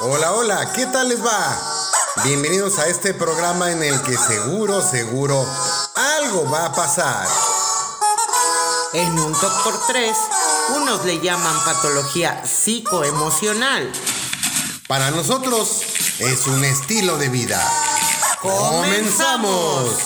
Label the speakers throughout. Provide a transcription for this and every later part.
Speaker 1: Hola, ¿qué tal les va? Bienvenidos a este programa en el que seguro, seguro, algo va a pasar.
Speaker 2: En un Doctor 3, unos le llaman patología psicoemocional.
Speaker 1: Para nosotros es un estilo de vida. ¡Comenzamos!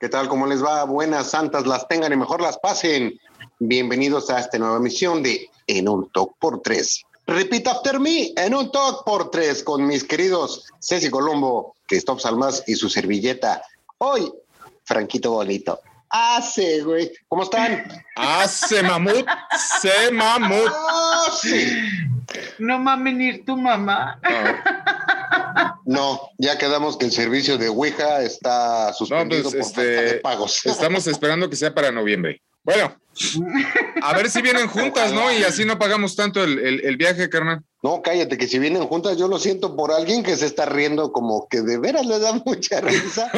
Speaker 3: ¿Qué tal? ¿Cómo les va? Buenas santas las tengan y mejor las pasen. Bienvenidos a esta nueva emisión de En un Talk por Tres. Repita after me, En un Talk por Tres, con mis queridos Ceci Colombo, Cristóbal Salmas y su servilleta. Hoy, Franquito Bonito. Hace, güey. ¿Cómo están?
Speaker 4: Ah, se mamut, se mamut.
Speaker 3: Ah, sí.
Speaker 5: No mamen ir tu mamá.
Speaker 4: Ah,
Speaker 3: No, ya quedamos que el servicio de Ouija está
Speaker 4: No,
Speaker 3: suspendido
Speaker 4: pues
Speaker 3: por falta de
Speaker 4: este,
Speaker 3: pagos.
Speaker 4: estamos esperando que sea para noviembre. Bueno, a ver si vienen juntas, ¿no? Y así no pagamos tanto el, el- el viaje, carnal.
Speaker 3: No, cállate, que si vienen juntas, yo lo siento por alguien que se está riendo como que de veras le da mucha risa.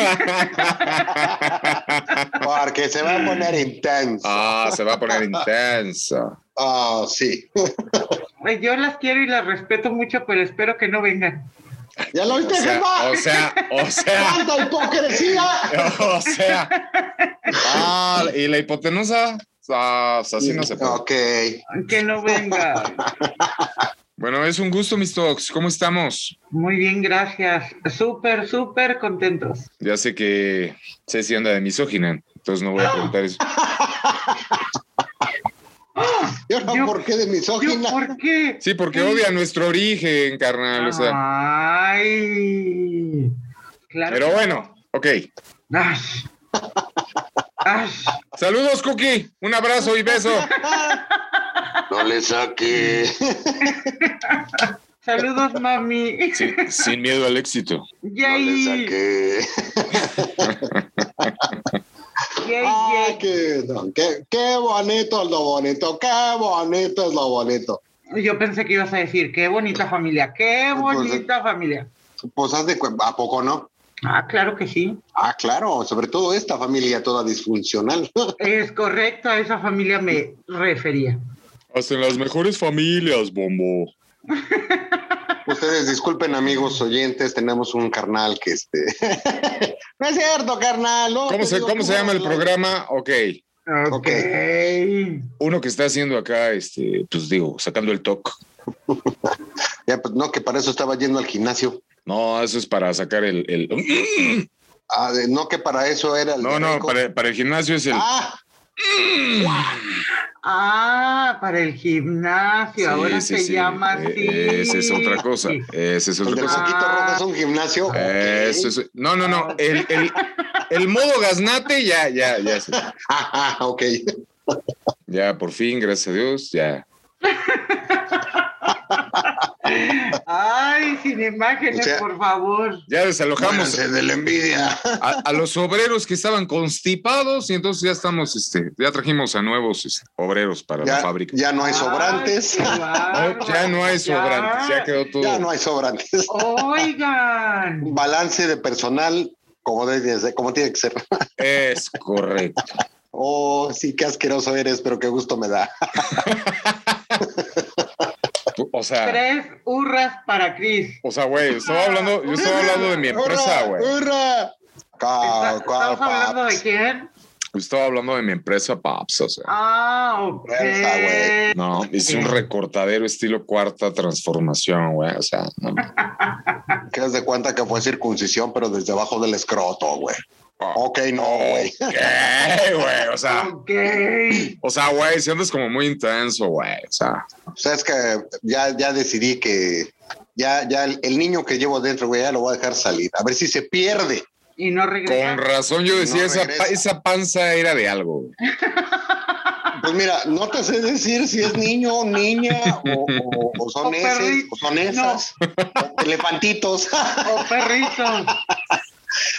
Speaker 3: Porque se va a poner intenso. Ah,
Speaker 4: Ah, se va a poner intenso.
Speaker 3: sí.
Speaker 5: Pues yo las quiero y las respeto mucho, pero espero que no vengan.
Speaker 3: ¿Ya lo
Speaker 4: O
Speaker 3: viste,
Speaker 4: sea,
Speaker 3: Germán?
Speaker 4: o sea, o sea,
Speaker 3: ¡Tanta hipocresía!
Speaker 4: o sea. Ah, y la hipotenusa, ah, o sea, así no se puede.
Speaker 3: Ok.
Speaker 5: Que no vengan.
Speaker 4: Bueno, es un gusto, mis talks. ¿Cómo estamos?
Speaker 5: Muy bien, gracias. Súper, súper contentos.
Speaker 4: Ya sé que Ceci anda de misógina, entonces no voy a preguntar eso.
Speaker 3: ¿Y ahora
Speaker 5: Yo-
Speaker 3: por qué de
Speaker 5: ¿Yo
Speaker 3: misógina?
Speaker 5: por qué?
Speaker 4: Sí, porque odia nuestro origen, carnal. O sea,
Speaker 5: Ay. Claro.
Speaker 4: pero bueno, ok.
Speaker 5: Ay. Ay.
Speaker 4: Saludos, Cookie. Un abrazo y beso.
Speaker 3: No le saque.
Speaker 5: Saludos, mami.
Speaker 4: sin miedo al éxito.
Speaker 5: Yay.
Speaker 3: saque.
Speaker 5: Yay,
Speaker 3: Ay,
Speaker 5: yay.
Speaker 3: Ah, qué, no, qué, qué bonito es lo bonito. Qué bonito es lo bonito.
Speaker 5: Yo pensé que ibas a decir, qué bonita familia, qué
Speaker 3: Pues,
Speaker 5: bonita familia.
Speaker 3: Pues haz de cu- ¿A poco no?
Speaker 5: Ah, claro que sí.
Speaker 3: Ah, claro, sobre todo esta familia toda disfuncional.
Speaker 5: Es correcto, a esa familia me refería.
Speaker 4: Hasta en las mejores familias, bombo.
Speaker 3: Ustedes disculpen, amigos oyentes, tenemos un carnal que este. no es cierto, carnal. no,
Speaker 4: ¿Cómo
Speaker 3: te
Speaker 4: se,
Speaker 3: digo,
Speaker 4: cómo se llama el
Speaker 3: no.
Speaker 4: programa? Ok.
Speaker 5: Ok.
Speaker 4: Uno que está haciendo acá, este, pues digo, sacando el toc.
Speaker 3: Ya, pues no, que para eso estaba yendo al gimnasio.
Speaker 4: No, eso es para sacar el. el-
Speaker 3: Ah, de- no, que para eso era. el
Speaker 4: No, no,
Speaker 3: rico.
Speaker 4: para, para el gimnasio es el.
Speaker 3: Ah,
Speaker 5: Ah, para el
Speaker 4: Sí,
Speaker 5: gimnasio, ahora
Speaker 4: sí,
Speaker 5: se
Speaker 4: sí.
Speaker 5: llama
Speaker 4: Eh,
Speaker 5: así.
Speaker 4: Esa es otra cosa.
Speaker 5: Sí.
Speaker 4: Esa es
Speaker 3: el de
Speaker 4: otra cosa.
Speaker 3: Poquito Rojo es un gimnasio. Ok.
Speaker 4: Ah, Eso es- No, no, no. El, el- el modo gaznate, ya, ya, ya. se-
Speaker 3: Ah, ah, ok.
Speaker 4: Ya, por fin, gracias a Dios, ya.
Speaker 5: Ay, sin imágenes,
Speaker 3: O sea-
Speaker 5: por favor.
Speaker 4: Ya desalojamos
Speaker 3: Muéranse de la envidia.
Speaker 4: a, a los obreros que estaban constipados y entonces ya estamos, este, ya trajimos a nuevos este, obreros para la
Speaker 3: Ya,
Speaker 4: fábrica.
Speaker 3: ya no hay sobrantes.
Speaker 5: Ay, qué
Speaker 4: No, ya no hay
Speaker 5: bárbaro,
Speaker 4: sobrantes, ya quedó todo.
Speaker 3: Ya no hay sobrantes.
Speaker 5: Oigan,
Speaker 3: Balance de personal, como, debe ser- como tiene que ser.
Speaker 4: Es correcto.
Speaker 3: Oh, sí, qué asqueroso eres, pero qué gusto me da.
Speaker 4: O sea,
Speaker 5: tres hurras para Cris.
Speaker 4: o sea, güey, estaba hablando, yo estaba hablando de mi empresa, güey.
Speaker 3: ¡Hurra! Ca-
Speaker 5: Está-
Speaker 3: cual,
Speaker 5: ¿Estamos hablando de
Speaker 3: Ah, paps.
Speaker 5: quién?
Speaker 4: Yo estaba hablando de mi empresa, paps, o sea.
Speaker 5: Ah, ok.
Speaker 3: Esa, güey.
Speaker 4: No, hice un recortadero estilo cuarta transformación, güey. O sea, no.
Speaker 3: Que haz de cuenta que fue circuncisión, pero desde abajo del escroto, güey. Ok, no, güey.
Speaker 4: ¿Qué, güey? O sea,
Speaker 5: Ok.
Speaker 4: o sea, güey, si andas como muy intenso, güey. O sea,
Speaker 3: O sea, Pues es que ya, ya decidí que ya, ya el, el niño que llevo dentro, güey, ya lo voy a dejar salir. A ver si se pierde.
Speaker 5: Y no
Speaker 4: Con
Speaker 5: regresa.
Speaker 4: razón yo decía,
Speaker 3: No
Speaker 4: esa,
Speaker 3: regresa.
Speaker 4: pa- esa panza era de algo. güey.
Speaker 3: Pues mira, no te sé decir si es niño, niña, o, o- o son
Speaker 5: O
Speaker 3: esos,
Speaker 5: perrito.
Speaker 3: o son
Speaker 5: No.
Speaker 3: esas, o elefantitos.
Speaker 5: O perritos.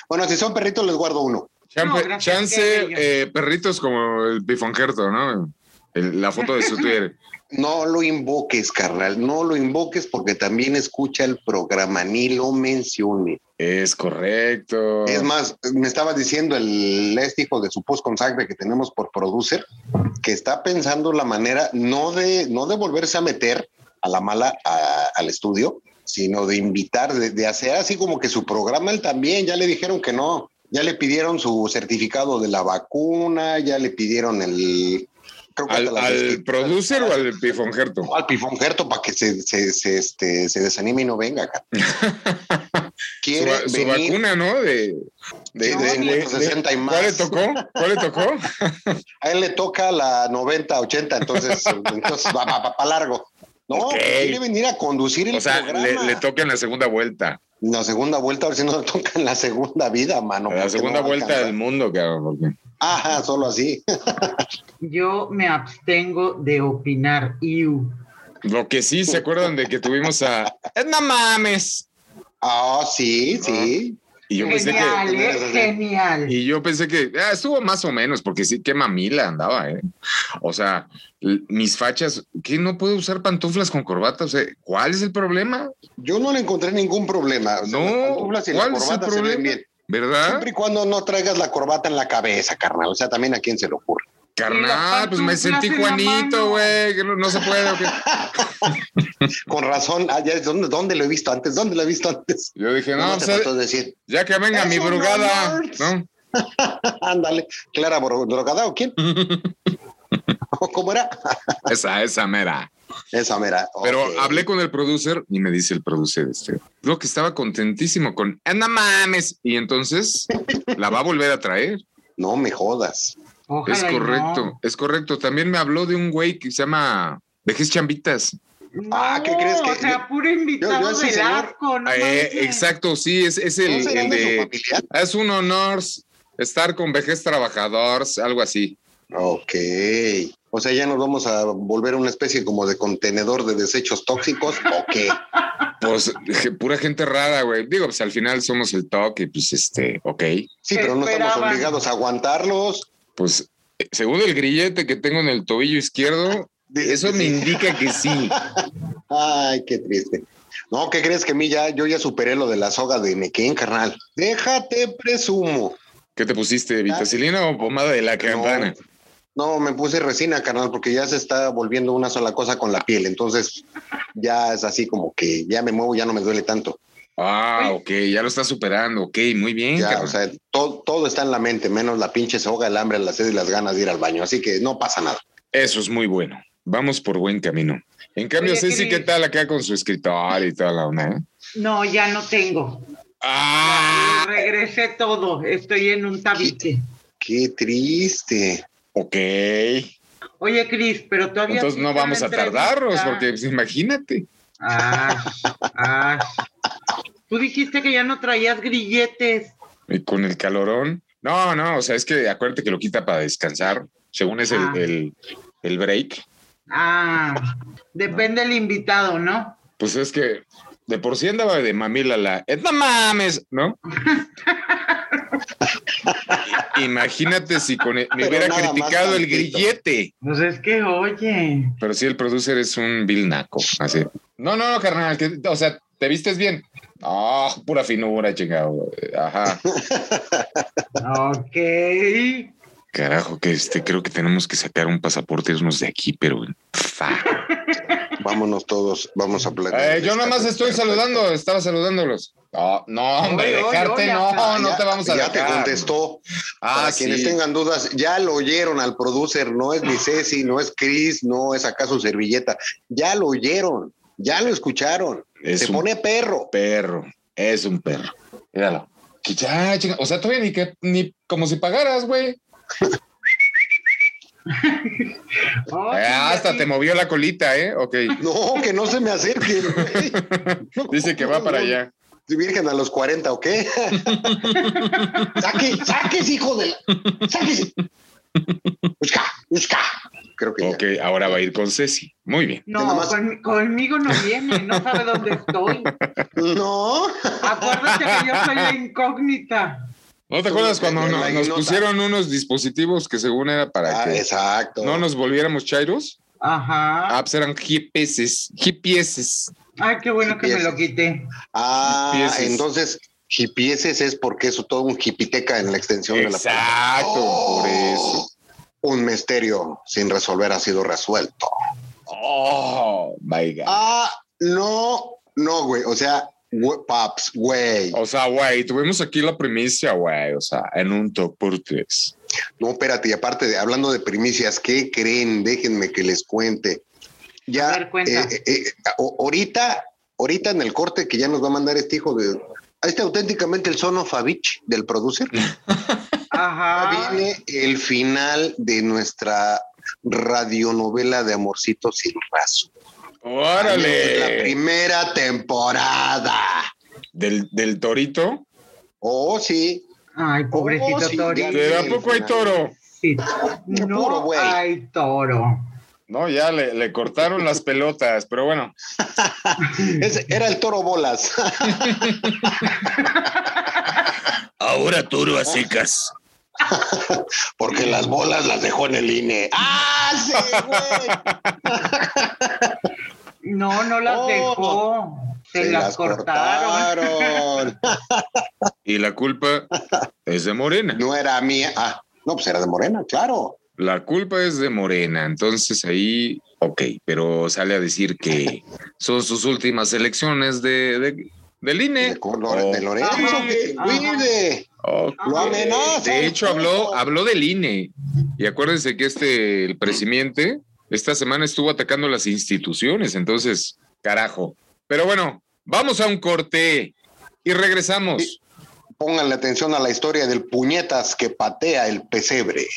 Speaker 3: bueno, si son perritos, les guardo uno.
Speaker 4: Champe-
Speaker 5: gracias,
Speaker 4: chance,
Speaker 5: qué bello.
Speaker 4: eh, perritos como el bifonjerto, ¿no? el- la foto de su Twitter.
Speaker 3: No lo invoques, carnal, no lo invoques porque también escucha el programa, ni lo mencione.
Speaker 4: Es correcto.
Speaker 3: Es más, me estaba diciendo el este hijo de su post consagre que tenemos por producer que está pensando la manera no de, no de volverse a meter a la mala a- al estudio, sino de invitar, de, de hacer así como que su programa él también, ya le dijeron que no, ya le pidieron su certificado de la vacuna, ya le pidieron el... creo que
Speaker 4: ¿Al,
Speaker 3: hasta las
Speaker 4: al
Speaker 3: descripciones.
Speaker 4: producer o al pifonjerto?
Speaker 3: No, al pifonjerto para que se, se, se, este, se desanime y no venga acá.
Speaker 4: Su,
Speaker 3: Quiere
Speaker 4: va- su
Speaker 3: venir
Speaker 4: vacuna, ¿no? De, de,
Speaker 3: Sí,
Speaker 4: de-
Speaker 3: de
Speaker 4: de-
Speaker 3: 60 y más.
Speaker 4: ¿Cuál le tocó? ¿Cuál le tocó?
Speaker 3: a él le toca la 90, 80, entonces, entonces va, para largo. No,
Speaker 4: Ok.
Speaker 3: quiere venir a conducir el
Speaker 4: O sea,
Speaker 3: programa.
Speaker 4: le, le toca en la segunda vuelta.
Speaker 3: la segunda vuelta, a ver si no le toca en la segunda vida, mano.
Speaker 4: la
Speaker 3: porque no
Speaker 4: segunda
Speaker 3: va a
Speaker 4: vuelta del
Speaker 3: alcanzar.
Speaker 4: mundo, cabrón. porque-
Speaker 3: Ajá, solo así.
Speaker 5: Yo me abstengo de opinar. Iu.
Speaker 4: Lo que sí, ¿se acuerdan de que tuvimos a... ¡Es no mames!
Speaker 3: Ah, sí, sí.
Speaker 4: Y yo pensé que...
Speaker 5: Genial, ¿eh? Genial.
Speaker 4: Y yo pensé que ah, estuvo más o menos, porque sí, qué mamila andaba, ¿eh? O sea, l- mis fachas, ¿qué no puedo usar pantuflas con corbata? O sea, ¿cuál es el problema?
Speaker 3: Yo no le encontré ningún problema. O sea,
Speaker 4: No,
Speaker 3: las pantuflas y la
Speaker 4: ¿cuál es el
Speaker 3: corbata se ven
Speaker 4: problema?
Speaker 3: bien.
Speaker 4: ¿Verdad?
Speaker 3: Siempre y cuando no traigas la corbata en la cabeza, carnal. O sea, también a quién se le ocurre.
Speaker 4: Carnal, pues me
Speaker 5: pantuflas
Speaker 4: sentí
Speaker 5: en la mano.
Speaker 4: Juanito, güey, que no, no se puede. ¿o qué?
Speaker 3: Con razón, ah, ya, ¿dónde, ¿dónde lo he visto antes? ¿Dónde lo he visto antes?
Speaker 4: Yo dije, no,
Speaker 3: No,
Speaker 4: o
Speaker 3: te
Speaker 4: sea,
Speaker 3: faltó decir,
Speaker 4: ya que venga mi
Speaker 3: Eso no,
Speaker 4: brugada,
Speaker 3: nerds.
Speaker 4: ¿no?
Speaker 3: ándale, Clara Bro- Drogada o quién? ¿O ¿Cómo era?
Speaker 4: Esa, esa mera.
Speaker 3: Esa mera.
Speaker 4: Pero
Speaker 3: ok.
Speaker 4: hablé con el producer y me dice el producer este, lo que estaba contentísimo con, ¡Ah, no mames! Y entonces la va a volver a traer.
Speaker 3: No me jodas.
Speaker 5: Ojalá
Speaker 4: Es
Speaker 5: y no.
Speaker 4: correcto, es correcto. También me habló de un güey que se llama Dejes Chambitas.
Speaker 5: No,
Speaker 3: Ah, ¿qué crees que-
Speaker 5: O sea, puro invitado
Speaker 3: yo a ese
Speaker 5: del
Speaker 3: señor-
Speaker 5: asco, ¿no?
Speaker 4: Ah, eh,
Speaker 5: manches.
Speaker 4: exacto, sí, es, es
Speaker 3: ¿No
Speaker 4: el,
Speaker 3: será
Speaker 4: el
Speaker 3: de su
Speaker 4: de...
Speaker 3: familiar?
Speaker 4: Es un honor estar con Vejez Trabajadores, algo así.
Speaker 3: Ok. O sea, ya nos vamos a volver una especie como de contenedor de desechos tóxicos. Ok.
Speaker 4: Pues je- pura gente rara, güey. Digo, pues al final somos el toque, pues este, ok.
Speaker 3: Sí, pero no estamos
Speaker 5: Esperaban.
Speaker 3: obligados a aguantarlos.
Speaker 4: Pues eh, según el grillete que tengo en el tobillo izquierdo,
Speaker 3: Dice
Speaker 4: eso
Speaker 3: que
Speaker 4: me
Speaker 3: Ah, sí.
Speaker 4: indica que sí.
Speaker 3: Ay, qué triste. No, ¿qué crees que a mí ya, yo ya superé lo de la soga de Nequén, carnal? Déjate, presumo.
Speaker 4: ¿Qué te pusiste, vitacilina o pomada de la campana?
Speaker 3: No, me puse resina, carnal, porque ya se está volviendo una sola cosa con la piel. Entonces, ya es así como que ya me muevo, ya no me duele tanto.
Speaker 4: Ah, ok, ya lo está superando, ok, muy bien.
Speaker 3: Ya,
Speaker 4: cabrón.
Speaker 3: o sea, todo, todo está en la mente, menos la pinche soga, el hambre, la sed y las ganas de ir al baño. Así que no pasa nada.
Speaker 4: Eso es muy bueno. Vamos por buen camino. En cambio,
Speaker 5: Oye,
Speaker 4: Ceci,
Speaker 5: Cris.
Speaker 4: ¿qué tal acá con su escritor y toda la onda? eh?
Speaker 5: No, ya no tengo.
Speaker 4: Ah,
Speaker 5: Regresé todo. Estoy en un tabique.
Speaker 3: Qué triste.
Speaker 4: ok.
Speaker 5: Oye, Cris, pero todavía.
Speaker 4: Entonces no
Speaker 5: existe la
Speaker 4: vamos a
Speaker 5: entrevista.
Speaker 4: tardarnos, porque pues, imagínate.
Speaker 5: Ah, ah. Tú dijiste que ya no traías grilletes.
Speaker 4: Y con el calorón. No, no, o sea, es que acuérdate que lo quita para descansar, según es el,
Speaker 5: Ah.
Speaker 4: el- el break.
Speaker 5: Ah, depende del invitado, ¿no?
Speaker 4: Pues es que de por sí andaba de mamila la. "Eh, ¡No mames! ¿No? imagínate si con el- me
Speaker 3: Pero
Speaker 4: hubiera
Speaker 3: nada más
Speaker 4: criticado el
Speaker 3: tantito.
Speaker 4: grillete.
Speaker 5: Pues es que, oye.
Speaker 4: Pero sí, el producer es un vil naco. Así. No, no, no, carnal. que- o sea, te vistes bien. Ah, pura finura, chingado. Ajá.
Speaker 5: Ok.
Speaker 4: Eh, Carajo, que este, creo que tenemos que sacar un pasaporte y irnos de aquí, pero. fa.
Speaker 3: Vámonos todos, vamos a platicar.
Speaker 4: Eh, yo nada más estoy saludando, estaba saludándolos. No, no, hombre,
Speaker 5: Oye, oye,
Speaker 4: dejarte,
Speaker 5: oye,
Speaker 4: no,
Speaker 5: hasta-
Speaker 4: no te vamos a
Speaker 3: Ah, ya
Speaker 4: dejar.
Speaker 3: te contestó.
Speaker 4: Ah,
Speaker 3: Para
Speaker 4: sí.
Speaker 3: quienes tengan dudas, ya lo oyeron al producer, no es mi Ceci, no es Chris, no es acá su servilleta. Ya lo oyeron, ya lo escucharon.
Speaker 4: Es
Speaker 3: Se
Speaker 4: un-
Speaker 3: pone perro.
Speaker 4: Perro, es un perro. Míralo. Que ya, chinga- O sea, todavía ni que, ni como si pagaras, güey.
Speaker 5: Oye,
Speaker 3: Ah,
Speaker 4: Eh, hasta
Speaker 5: y-
Speaker 4: te movió la colita, ¿eh? Ok.
Speaker 3: No, que no se me acerque. güey. No,
Speaker 4: Dice que
Speaker 3: no,
Speaker 4: va para
Speaker 3: no.
Speaker 4: allá.
Speaker 3: Virgen a los 40, ¿o qué? Saque, saques, hijo de la. Saques. Busca, busca. Creo que ya.
Speaker 4: Ok, ahora va a ir con Ceci. Muy bien.
Speaker 5: No,
Speaker 3: que nomás-
Speaker 5: con- conmigo no viene, no sabe dónde estoy.
Speaker 3: No.
Speaker 5: Acuérdate que yo soy la incógnita.
Speaker 4: ¿No te acuerdas cuando
Speaker 3: en la
Speaker 4: no- nos
Speaker 3: ignota.
Speaker 4: pusieron unos dispositivos que según era para
Speaker 3: Ah,
Speaker 4: que
Speaker 3: exacto.
Speaker 4: no nos volviéramos chairos?
Speaker 5: Ajá.
Speaker 4: Ah, pues eran GPS, GPS.
Speaker 5: Ay, qué bueno que me lo quité.
Speaker 3: Ah,
Speaker 4: Hipieses.
Speaker 3: entonces hipieses es porque es todo un hipiteca en la extensión de la palabra.
Speaker 4: Exacto, por eso.
Speaker 3: Un misterio sin resolver ha sido resuelto.
Speaker 4: Oh, my God.
Speaker 3: Ah, no, no, güey. O sea, güe- paps, güey.
Speaker 4: O sea, güey, tuvimos aquí la primicia, güey. O sea, en un top por tres.
Speaker 3: No, espérate, y aparte de hablando de primicias, ¿qué creen? Déjenme que les cuente. Ya,
Speaker 5: A ver, cuenta.
Speaker 3: eh, eh, eh, o- ahorita, ahorita en el corte que ya nos va a mandar este hijo de. Ahí está auténticamente el sono Favich del producer.
Speaker 5: Ajá.
Speaker 3: Viene el final de nuestra radionovela de Amorcito sin raso. La
Speaker 4: ¡Órale!
Speaker 3: primera temporada.
Speaker 4: Del, del torito.
Speaker 3: Oh, sí.
Speaker 5: Ay, pobrecito
Speaker 3: Oh, sí,
Speaker 5: Tori.
Speaker 3: ya
Speaker 4: ¿De a
Speaker 3: Sí,
Speaker 4: poco hay
Speaker 3: final.
Speaker 4: toro?
Speaker 5: Sí.
Speaker 3: Qué
Speaker 5: No
Speaker 3: puro güey.
Speaker 5: hay toro.
Speaker 4: No, ya le, le cortaron las pelotas, pero bueno.
Speaker 3: Ese era el toro bolas.
Speaker 4: Ahora toro a secas.
Speaker 3: Porque las bolas las dejó en el INE. ¡Ah, sí, güey!
Speaker 5: No, no las
Speaker 3: Oh,
Speaker 5: dejó. Se, las, cortaron.
Speaker 3: cortaron.
Speaker 4: Y la culpa es de Morena.
Speaker 3: No era mía. Ah, no, pues era de Morena, claro.
Speaker 4: La culpa es de Morena, entonces ahí, ok, pero sale a decir que son sus últimas elecciones de, de- del INE.
Speaker 3: De, color,
Speaker 4: Oh,
Speaker 3: de Lorenzo,
Speaker 5: Ajá,
Speaker 3: que te
Speaker 5: ajá.
Speaker 3: cuide.
Speaker 4: ok.
Speaker 5: Lo
Speaker 3: amenaza,
Speaker 4: De hecho,
Speaker 3: el
Speaker 4: habló,
Speaker 3: puto.
Speaker 4: habló del INE. Y acuérdense que este, el presidente, esta semana estuvo atacando las instituciones, entonces, carajo. Pero bueno, vamos a un corte y regresamos.
Speaker 3: Pónganle atención a la historia del puñetas que patea el pesebre.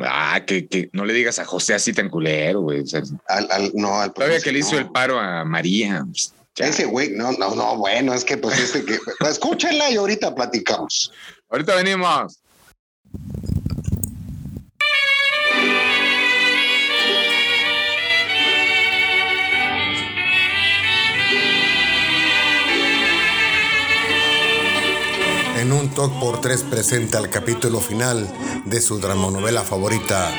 Speaker 4: Ah, que, que no le digas a José así tan culero, güey. o sea,
Speaker 3: Al, al- no, al
Speaker 4: todavía
Speaker 3: profesor,
Speaker 4: que le hizo
Speaker 3: no.
Speaker 4: el paro a María. pues, ya.
Speaker 3: Ese güey, no, no, no, bueno, es que pues este que. Escúchenla y ahorita platicamos.
Speaker 4: Ahorita venimos.
Speaker 1: En un Talk por 3 presenta el capítulo final de su dramonovela favorita.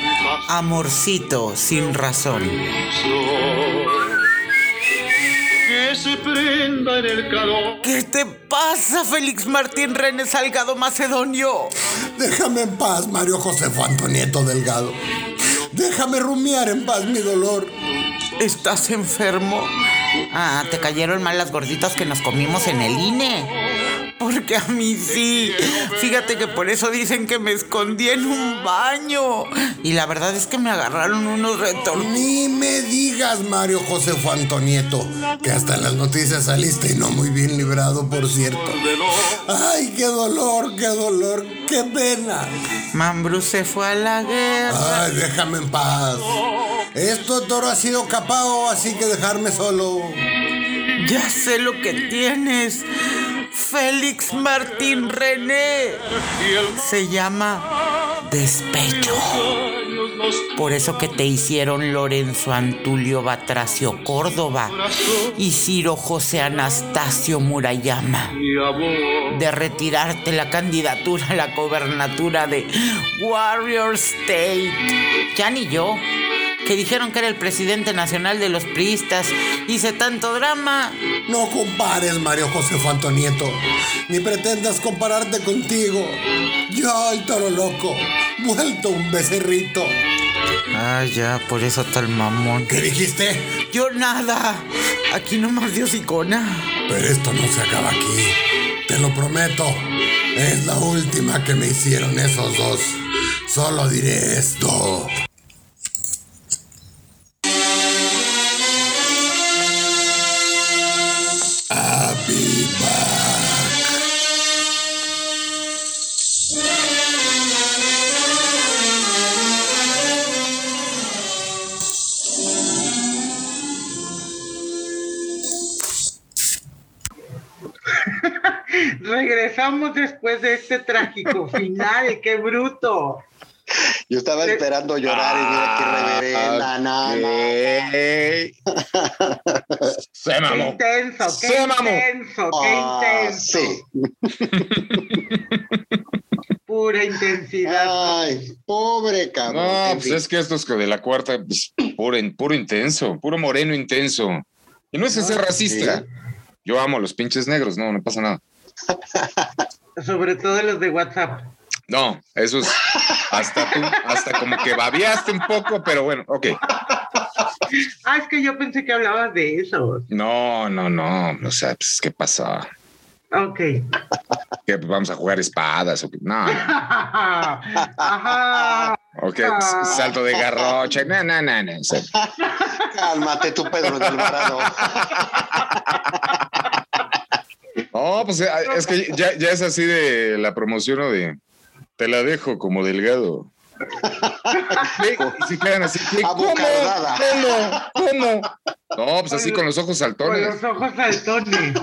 Speaker 2: Amorcito sin razón.
Speaker 6: que se prenda en el calor.
Speaker 2: ¿Qué te pasa, Félix Martín René Salgado Macedonio?
Speaker 1: Déjame en paz, Mario Josefo Antonieto Delgado. Déjame rumiar en paz mi dolor.
Speaker 2: ¿Estás enfermo? Ah, te cayeron mal las gorditas que nos comimos en el E. INE. Porque a mí sí. Fíjate que por eso dicen que me escondí en un baño. Y la verdad es que me agarraron unos retornos.
Speaker 1: Ni me digas, Mario Josefo Antonieto, que hasta en las noticias saliste y no muy bien librado, por cierto. Ay, qué dolor, qué dolor, qué pena.
Speaker 2: Mambrú se fue a la guerra.
Speaker 1: Ay, déjame en paz. Esto toro ha sido capao, así que dejarme solo.
Speaker 2: Ya sé lo que tienes. Félix Martín René. Se llama despecho. Por eso que te hicieron Lorenzo Antulio Batracio Córdoba y Ciro José Anastasio Murayama. De retirarte la candidatura a la gobernatura de Warrior State. Ya ni yo. Que dijeron que era el presidente nacional de los priistas. Hice tanto drama.
Speaker 1: No compares, Mario Josefo Antonieto, ni pretendas compararte contigo. Yo, el toro loco, vuelto un becerrito.
Speaker 2: Ah, ya, por eso tal mamón.
Speaker 1: ¿Qué dijiste?
Speaker 2: Yo nada. Aquí nomás Dios icona.
Speaker 1: Pero esto no se acaba aquí. Te lo prometo. Es la última que me hicieron esos dos. Solo diré esto. Aviva.
Speaker 5: Regresamos después de este trágico final. ¡Qué bruto!
Speaker 3: Yo estaba
Speaker 5: Sí.
Speaker 3: esperando llorar y mira
Speaker 4: Ah,
Speaker 3: qué reverenda, na, na.
Speaker 4: Ok. Se
Speaker 5: ¡Qué
Speaker 4: mamó.
Speaker 5: intenso! ¡Qué
Speaker 4: Se mamó.
Speaker 5: intenso! ¡Qué
Speaker 3: Ah,
Speaker 5: intenso!
Speaker 3: sí.
Speaker 5: pura
Speaker 3: Ah.
Speaker 5: intensidad.
Speaker 3: Ay, pobre cabrón.
Speaker 4: No,
Speaker 3: En
Speaker 4: pues
Speaker 3: fin.
Speaker 4: es que estos que de la cuarta, pues, puro, in- puro intenso, puro moreno intenso. Y no es que sea racista. Yo amo a los pinches negros, no, no pasa nada.
Speaker 5: Sobre todo los de WhatsApp.
Speaker 4: No, eso es hasta tú, hasta como que babiaste un poco, pero bueno, ok.
Speaker 5: Ah, es que yo pensé que hablabas de eso.
Speaker 4: No, no, no, o sea, pues, ¿qué pasa?
Speaker 5: Ok.
Speaker 4: ¿Qué, vamos a jugar espadas? o qué? No, no.
Speaker 5: Ajá.
Speaker 4: ¿O qué? salto de garrocha, no, no, no, no. o sea,
Speaker 3: Cálmate tú, Pedro de Alvarado.
Speaker 4: No, pues eh, es que ya, ya es así de la promoción o de te la dejo como delgado. ¿Qué? Y se quedan así. ¿qué? ¿Cómo?
Speaker 3: Abocanada.
Speaker 4: ¿Cómo? ¿Cómo? No, pues así con los ojos
Speaker 5: Con
Speaker 4: saltones.
Speaker 5: los ojos saltones.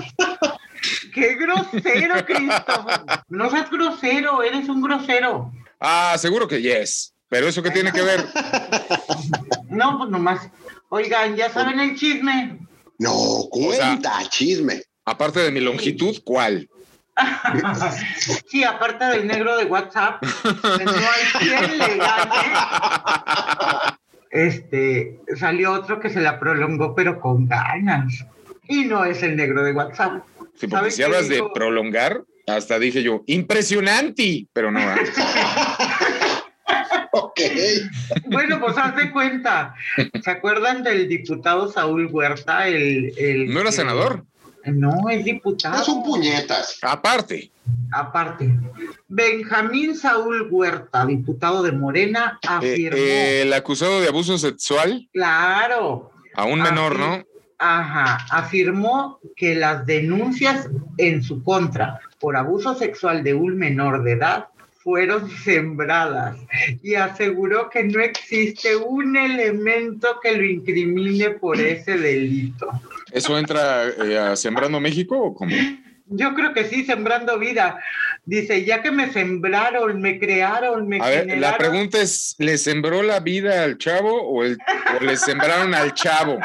Speaker 5: ¡Qué grosero, Cristo! No seas grosero, eres un grosero.
Speaker 4: Ah, seguro que yes. Pero eso que tiene que ver.
Speaker 5: No, pues nomás. Oigan, ya saben el chisme.
Speaker 3: No,
Speaker 4: sea-
Speaker 3: cuenta, chisme.
Speaker 4: Aparte de mi longitud, ¿cuál?
Speaker 5: Sí, aparte del negro de WhatsApp, que no hay quien le gane. Este, salió otro que se la prolongó, pero con ganas. Y no es el negro de WhatsApp.
Speaker 4: Sí, porque
Speaker 5: ¿Sabes
Speaker 4: si
Speaker 5: qué
Speaker 4: hablas de
Speaker 5: dijo?
Speaker 4: prolongar, hasta dije yo, impresionante. Pero no, ¿eh?
Speaker 3: Ok.
Speaker 5: Bueno, pues haz de cuenta. ¿Se acuerdan del diputado Saúl Huerta? El, el-
Speaker 4: no era senador.
Speaker 5: No, es
Speaker 4: Ah.
Speaker 5: diputado.
Speaker 3: Es un puñetas.
Speaker 4: Aparte.
Speaker 5: Aparte. Benjamín Saúl Huerta, diputado de Morena,
Speaker 4: eh,
Speaker 5: afirmó.
Speaker 4: eh, el acusado de abuso sexual
Speaker 5: Claro.
Speaker 4: a un menor,
Speaker 5: Afir-
Speaker 4: ¿no?
Speaker 5: Ajá, afirmó que las denuncias en su contra por abuso sexual de un menor de edad fueron sembradas y aseguró que no existe un elemento que lo incrimine por ese delito.
Speaker 4: ¿Eso entra eh, a Sembrando México o cómo?
Speaker 5: Yo creo que sí, sembrando vida. Dice, ya que me sembraron, me crearon, me
Speaker 4: A ver, la
Speaker 5: generaron-
Speaker 4: pregunta es, ¿le sembró la vida al chavo o, el- o le sembraron al chavo?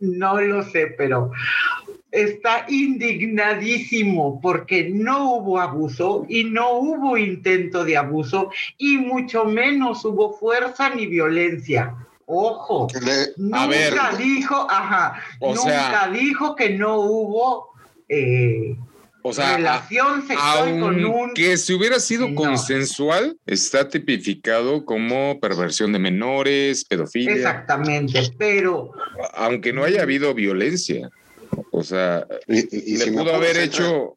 Speaker 5: No lo sé, pero está indignadísimo porque no hubo abuso y no hubo intento de abuso y mucho menos hubo fuerza ni violencia. Ojo,
Speaker 3: Le-
Speaker 5: nunca
Speaker 4: A ver.
Speaker 5: dijo, ajá,
Speaker 4: O
Speaker 5: nunca
Speaker 4: sea-
Speaker 5: dijo que no hubo eh,
Speaker 4: O sea, a-
Speaker 5: relación sexual con un...
Speaker 4: aunque si hubiera sido
Speaker 5: No.
Speaker 4: consensual, está tipificado como perversión de menores, pedofilia,
Speaker 5: Exactamente, pero
Speaker 4: aunque no haya habido violencia. O sea,
Speaker 3: y- y- y
Speaker 4: le
Speaker 3: si me
Speaker 4: pudo
Speaker 3: puedo
Speaker 4: haber
Speaker 3: centrar-
Speaker 4: hecho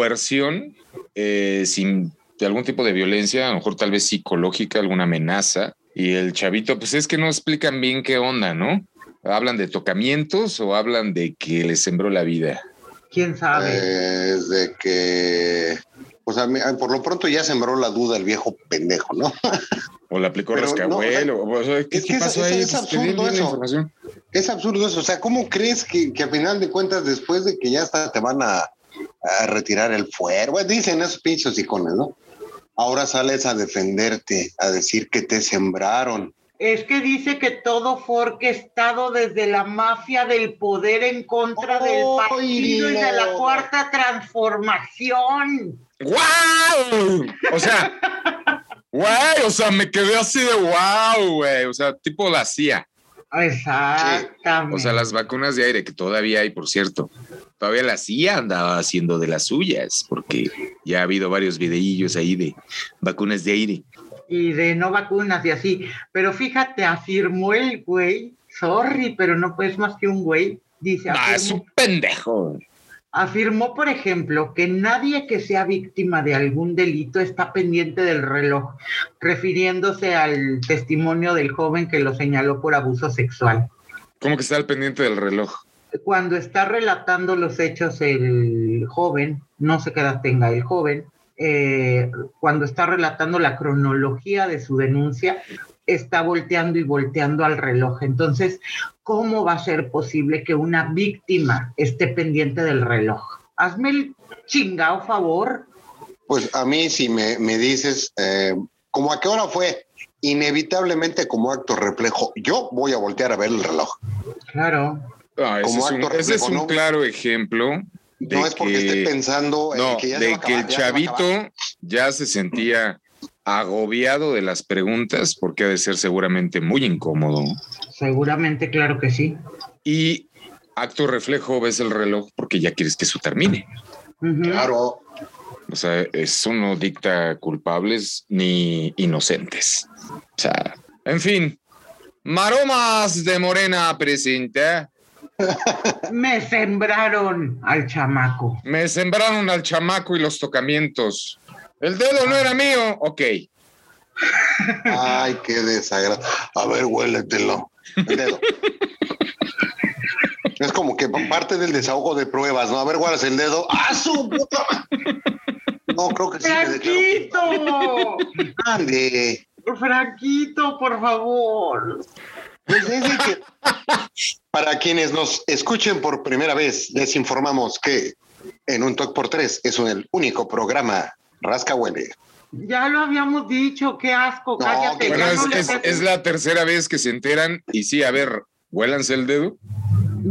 Speaker 4: coerción eh, sin de algún tipo de violencia, a lo mejor tal vez psicológica, alguna amenaza. Y el chavito, pues es que no explican bien qué onda, ¿no? ¿Hablan de tocamientos o hablan de que le sembró la vida?
Speaker 5: quién sabe.
Speaker 3: eh, es de que. O sea, me- por lo pronto ya sembró la duda el viejo pendejo, ¿no?
Speaker 4: ¿O le aplicó
Speaker 3: Pero no,
Speaker 4: rascabuelo? o sea, ¿Qué,
Speaker 3: es
Speaker 4: qué
Speaker 3: que
Speaker 4: pasó
Speaker 3: es- es-
Speaker 4: ahí?
Speaker 3: es
Speaker 4: Pues, que den
Speaker 3: absurdo
Speaker 4: bien la
Speaker 3: eso.
Speaker 4: información.
Speaker 3: Es absurdo eso. O sea, ¿cómo crees que, que a final de cuentas, después de que ya hasta te van a, a retirar el fuero? Bueno, dicen esos pinches icones, ¿no? Ahora sales a defenderte, a decir que te sembraron.
Speaker 5: Es que dice que todo fue orquestado desde la mafia del poder en contra
Speaker 3: ¡Oilo!
Speaker 5: del partido y de la cuarta transformación.
Speaker 4: ¡Guau! O sea, guay, o sea, me quedé así de wow, güey. O sea, tipo la CIA.
Speaker 5: Exactamente.
Speaker 4: O sea, las vacunas de aire que todavía hay, por cierto. Todavía la CIA andaba haciendo de las suyas, porque ya ha habido varios videillos ahí de vacunas de aire.
Speaker 5: Y de no vacunas y así. Pero fíjate, afirmó el güey, sorry, pero no es más que un güey. Dice,
Speaker 4: Ah,
Speaker 5: afirmó,
Speaker 4: es un pendejo.
Speaker 5: afirmó, por ejemplo, que nadie que sea víctima de algún delito está pendiente del reloj, refiriéndose al testimonio del joven que lo señaló por abuso sexual.
Speaker 4: ¿Cómo que está al pendiente del reloj?
Speaker 5: cuando está relatando los hechos el joven, no sé qué edad tenga el joven, eh, cuando está relatando la cronología de su denuncia, está volteando y volteando al reloj. Entonces, ¿cómo va a ser posible que una víctima esté pendiente del reloj? Hazme el chingado favor.
Speaker 3: Pues a mí, si me, me dices, eh, ¿cómo a qué hora fue? Inevitablemente, como acto reflejo, yo voy a voltear a ver el reloj.
Speaker 5: Claro.
Speaker 4: Ah, ese
Speaker 3: Como
Speaker 4: es un,
Speaker 3: actor,
Speaker 4: ese es un
Speaker 3: ¿no?
Speaker 4: claro ejemplo de
Speaker 3: no es porque
Speaker 4: que,
Speaker 3: esté pensando en
Speaker 4: no,
Speaker 3: Pues, que ya se
Speaker 4: de
Speaker 3: va a
Speaker 4: que
Speaker 3: acabar, ya
Speaker 4: el
Speaker 3: se va a acabar.
Speaker 4: chavito ya se sentía agobiado de las preguntas porque ha de ser seguramente muy incómodo.
Speaker 5: Seguramente, claro que sí.
Speaker 4: Y acto reflejo ves el reloj porque ya quieres que eso termine.
Speaker 5: Ujú.
Speaker 3: Claro.
Speaker 4: O sea, eso no dicta culpables ni inocentes. O sea, en fin, Maromas de Morena ¿eh? presenta.
Speaker 5: Me sembraron al chamaco.
Speaker 4: Me sembraron al chamaco y los tocamientos. El dedo no era mío. Ok.
Speaker 3: Ay, qué desagradable. A ver, huéletelo. El dedo. Es como que parte del desahogo de pruebas, ¿no? A ver, guardas el dedo. ¡Ah, su puta madre! No, creo que sí. me declaro
Speaker 5: ¡Franquito!
Speaker 3: culpable.
Speaker 5: Franquito, por favor.
Speaker 3: Pues es de que- para quienes nos escuchen por primera vez, les informamos que en un Talk por Tres es el único programa Rasca Huele.
Speaker 5: Ya lo habíamos dicho, qué asco,
Speaker 3: No,
Speaker 5: cállate.
Speaker 3: que-
Speaker 4: Bueno,
Speaker 5: ya
Speaker 4: es,
Speaker 5: no le
Speaker 4: es-
Speaker 5: hagas-
Speaker 4: es la tercera vez que se enteran. Y sí, a ver, huélanse el dedo.